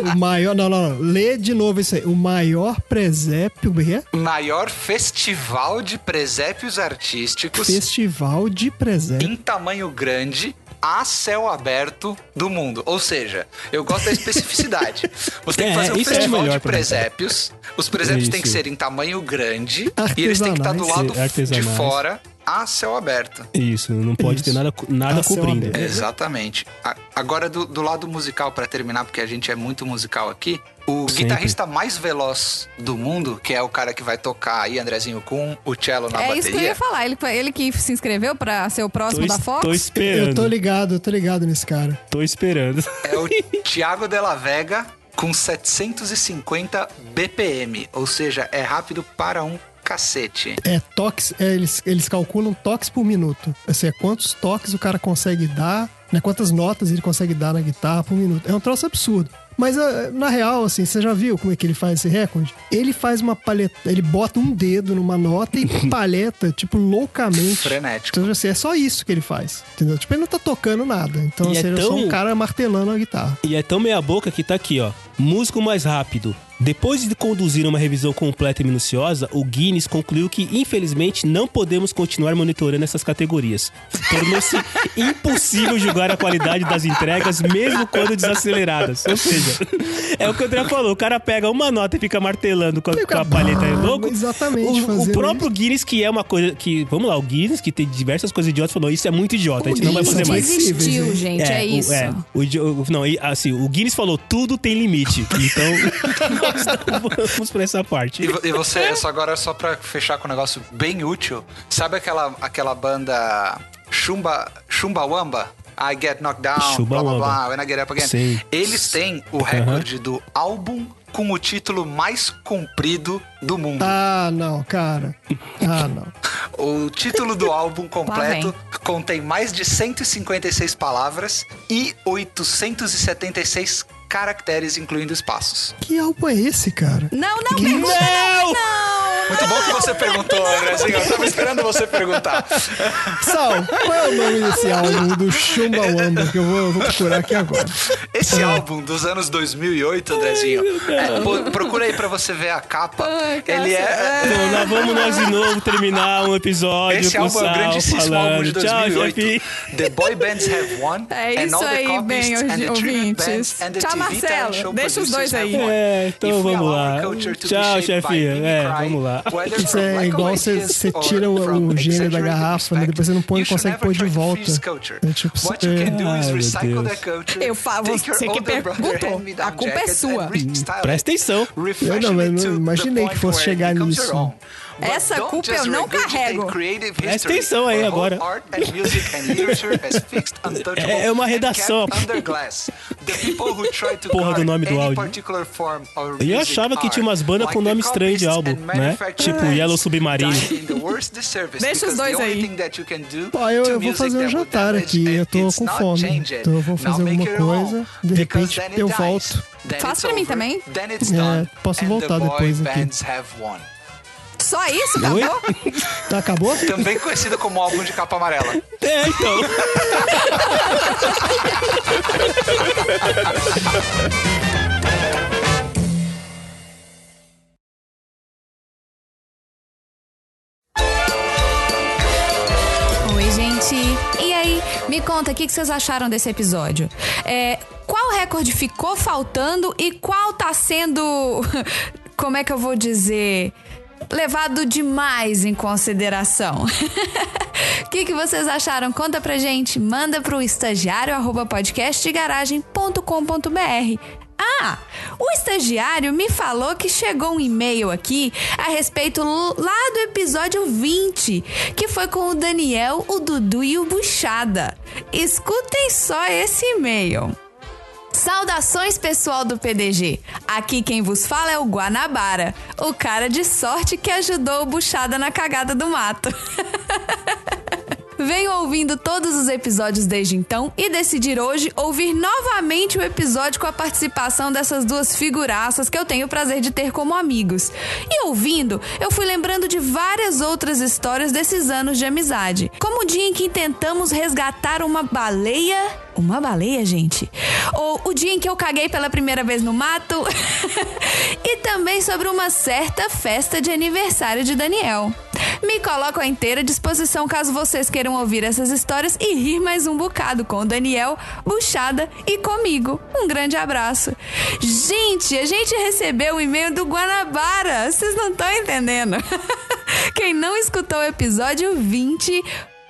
o maior. Não, não, não. Lê de novo isso aí. O maior presépio como é que é? Maior festival de presépios artísticos Festival de presépio. em tamanho grande a céu aberto do mundo. Ou seja, eu gosto da especificidade. Você tem que É, fazer um isso é festival melhor de pra mim. presépios. Os presépios têm que Isso. ser em tamanho grande e eles têm que estar do lado Artesanais. de Artesanais. fora a céu aberto. Isso, não pode Isso. ter nada, co- nada Ah, céu cobrindo. aberto. Exatamente. A- Agora, do, do lado musical, pra terminar, porque a gente é muito musical aqui, o Sempre. guitarrista mais veloz do mundo, que é o cara que vai tocar aí, Andrezinho, com o cello na é bateria. isso que eu ia falar. Ele, ele que se inscreveu pra ser o Tô, próximo da es- Fox. tô Eu tô esperando. ligado, eu tô ligado nesse cara. Tô esperando. É o Thiago Della Vega com 750 BPM, ou seja, é rápido para um cacete. É toques, é, eles, eles calculam toques por minuto. Assim, é quantos toques o cara consegue dar, né? Quantas notas ele consegue dar na guitarra por minuto. É um troço absurdo. Mas ah, na real, assim, você já viu como é que ele faz esse recorde? Ele faz uma paleta, ele bota um dedo numa nota e paleta, tipo, loucamente. Frenético. Então, assim, é só isso que ele faz, entendeu? Tipo, ele não tá tocando nada. Então, E é assim, ele é só tão- um cara martelando a guitarra. E é tão meia boca que tá aqui, ó. Músico mais rápido. Depois de conduzir uma revisão completa e minuciosa, o Guinness concluiu que, infelizmente, não podemos continuar monitorando essas categorias. Tornou-se impossível julgar a qualidade das entregas, mesmo quando desaceleradas. Ou seja, é o que o André falou: o cara pega uma nota e fica martelando com a, com a palheta é louco. Exatamente, O, o fazendo próprio Guinness, que é uma coisa que. Vamos lá, o Guinness, que tem diversas coisas idiotas, falou: isso é muito idiota, a gente não vai Isso, é fazer mais. Desistiu, Flexíveis, gente. É, o- isso. é, o Di- o- não, e, assim, o Guinness falou, tudo tem limite. Então, nós não vamos pra essa E, parte. vo- e você, só agora é só pra fechar com um negócio bem útil, sabe aquela, aquela banda Chumba, Chumbawamba? I get knocked down, blá blá blá, Chumbawamba. when I get up again. Sim. Eles têm o recorde do álbum com o título mais comprido do mundo. Ah, não, cara. Ah, não. O título do álbum completo Lá contém mais de 156 palavras e 876 caracteres, incluindo espaços. Que álbum é esse, cara? Não, não, pergunta não, não. Muito bom que você perguntou, Andrezinho. Eu tava esperando você perguntar. Sal, qual é o nome desse álbum do Chumbawamba que eu vou, eu vou procurar aqui agora? Esse álbum dos anos 2008, Andrezinho, é, pô, procura aí pra você ver a capa. Ele é... Então, lá vamos nós de novo terminar um episódio Esse com o álbum é o Sal grandíssimo álbum falando. de Tchau, 2008. chefe. the Boy Bands Have Won. É and isso all the aí, copyists bem, and the tribute ouvintes. bands and the Tchau, TV talent Marcelo. show Deixa os dois producers have aí. won. É, então If we vamos allow our lá. culture to be Tchau, shaped by chefinha. É, mimicry, vamos lá. whether Isso é from lack of igual você- ideas você or tira o- from o gênio da exaggerated garrafa, né? respect, Depois você não põe, you should consegue never pôr de try to volta. freeze culture. É tipo, What you can do é- is Ai, meu recycle Deus. their culture, Eu falo, take your você que older brother perguntou. hand-me-down A culpa é jackets sua. and restyle Presta it, atenção. refashion Eu não, mas it não to the imaginei que point fosse where it chegar becomes nisso. your own. Essa don't culpa just eu não regurgitate carrego. creative Presta history. atenção aí Our whole agora. art and music and literature as fixed, untouchable, É- é uma and kept redação. under glass. The people who try to Porra do guard nome do any áudio. particular form or E eu music achava que are, tinha umas bandas com like the nome estranho de copyists álbum, and né? manufacturers Tipo Yellow Submarine. die in the worst disservice Deixa os because dois the only aí. thing that you can do Ó, eu, to eu vou music fazer um that will jantar damage aqui, it eu tô is com not fome. change it. Então eu Now vou fazer make alguma your own, coisa, de because repente then it eu dies. volto. Then Faz it's pra mim over, também? then it's É, done, posso and the voltar boy depois aqui. bands have won. Só isso, é? Oi? acabou? Tá, acabou? Também conhecido como álbum de capa amarela. É, então. Oi, gente. E aí, me conta, o que que vocês acharam desse episódio? É, qual recorde ficou faltando e qual tá sendo, como é que eu vou dizer, levado demais em consideração? O que, que vocês acharam? Conta pra gente. Manda pro estagiário arroba podcastdegaragem.com.br. Ah, o estagiário me falou que chegou um e-mail aqui a respeito l- lá do episódio 20, que foi com o Daniel, o Dudu e o Buchada. Escutem só esse e-mail. Saudações pessoal do PDG. Aqui quem vos fala é o Guanabara, o cara de sorte que ajudou o Buchada na cagada do mato. Venho ouvindo todos os episódios desde então e decidir hoje ouvir novamente o episódio com a participação dessas duas figuraças que eu tenho o prazer de ter como amigos. E ouvindo, eu fui lembrando de várias outras histórias desses anos de amizade, como o dia em que tentamos resgatar uma baleia. Uma baleia, gente? Ou o dia em que eu caguei pela primeira vez no mato. e também sobre uma certa festa de aniversário de Daniel. Me coloco à inteira disposição caso vocês queiram ouvir essas histórias e rir mais um bocado com o Daniel, Buchada e comigo. Um grande abraço. Gente, a gente recebeu o e-mail do Guanabara. Vocês não estão entendendo. Quem não escutou o episódio 20.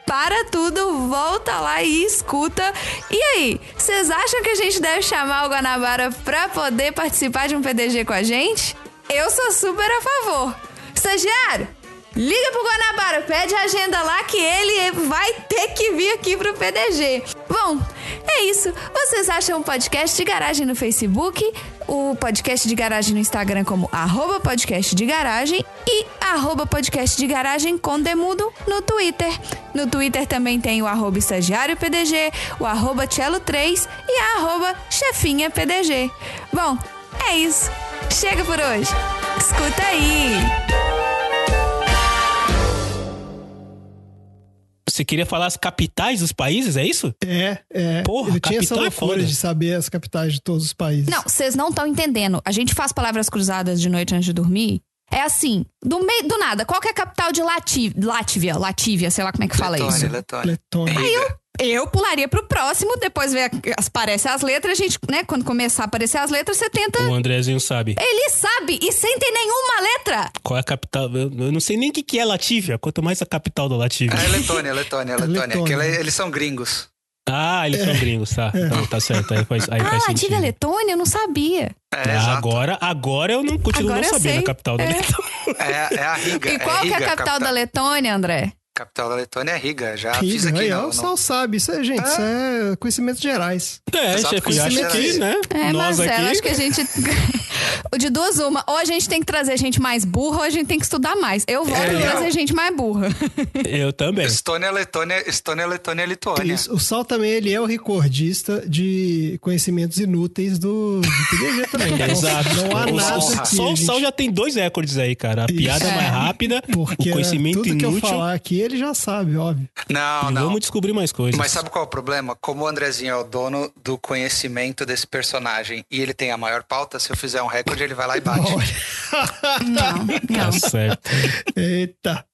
Para tudo, volta lá e escuta. E aí, vocês acham que a gente deve chamar o Guanabara pra poder participar de um PDG com a gente? Eu sou super a favor. Estagiário, liga pro Guanabara, pede a agenda lá que ele vai ter que vir aqui pro PDG. Bom, é isso. Vocês acham o podcast de garagem no Facebook, o podcast de garagem no Instagram como arroba podcast de garagem e arroba podcast de garagem com demudo no Twitter. No Twitter também tem o arroba estagiário PDG, o arroba cello3 e a arroba chefinha PDG. Bom, é isso. Chega por hoje. Escuta aí. Você queria falar as capitais dos países, é isso? É, é. Porra, eu tinha essa capital é loucura foda. de saber as capitais de todos os países. Não, vocês não estão entendendo. A gente faz palavras cruzadas de noite antes de dormir. É assim, do meio do nada, qual que é a capital de Lati- Látívia? Latívia, sei lá como é que fala Letônia, isso. Letônia. Letônia. Eu pularia pro próximo, depois ver as- aparece as letras, a gente, né, quando começar a aparecer as letras, você tenta. O Andrezinho sabe. Ele sabe e sem ter nenhuma letra. Qual é a capital? Eu eu não sei nem o que, que é Latívia, quanto mais a capital da Latívia. É Letônia, Letônia, Letônia. Letônia. Que ele- eles são gringos. Ah, eles são gringos, tá. Tá, tá certo, aí faz, aí É. Ah, faz sentido. Latívia é Letônia, eu não sabia. É, Ah, exato. agora, agora eu não continuo Agora não eu sabendo sei. a capital da É. Letônia. É, é a Riga. E qual é que é Riga, a capital da Letônia, André? Capital da Letônia é Riga. Já Ih, fiz aqui aí, não. ó, só sabe. Isso é, gente, isso é conhecimentos gerais. É, Exato, chefe, acho conhecimento que, aí. né? É, nós Marcelo, aqui. acho que a gente. De duas, uma. Ou a gente tem que trazer gente mais burra, ou a gente tem que estudar mais. Eu voto É, em não. trazer gente mais burra. Eu também. Estônia, Letônia, Estônia, Letônia, Lituânia. Isso, o Sal também ele é o recordista de conhecimentos inúteis do, do PDG também. Então, Exato. Não há O- o- nada só- aqui, só o gente, Sal já tem dois recordes aí, cara. A Isso. piada É. mais rápida, Porque o conhecimento tudo inútil. que eu falar aqui ele já sabe, óbvio. Não, E não. Vamos descobrir mais coisas. Mas sabe qual é o problema? Como o Andrezinho é o dono do conhecimento desse personagem e ele tem a maior pauta, se eu fizer um recorde, ele vai lá e bate. Não, não. Tá certo. Eita.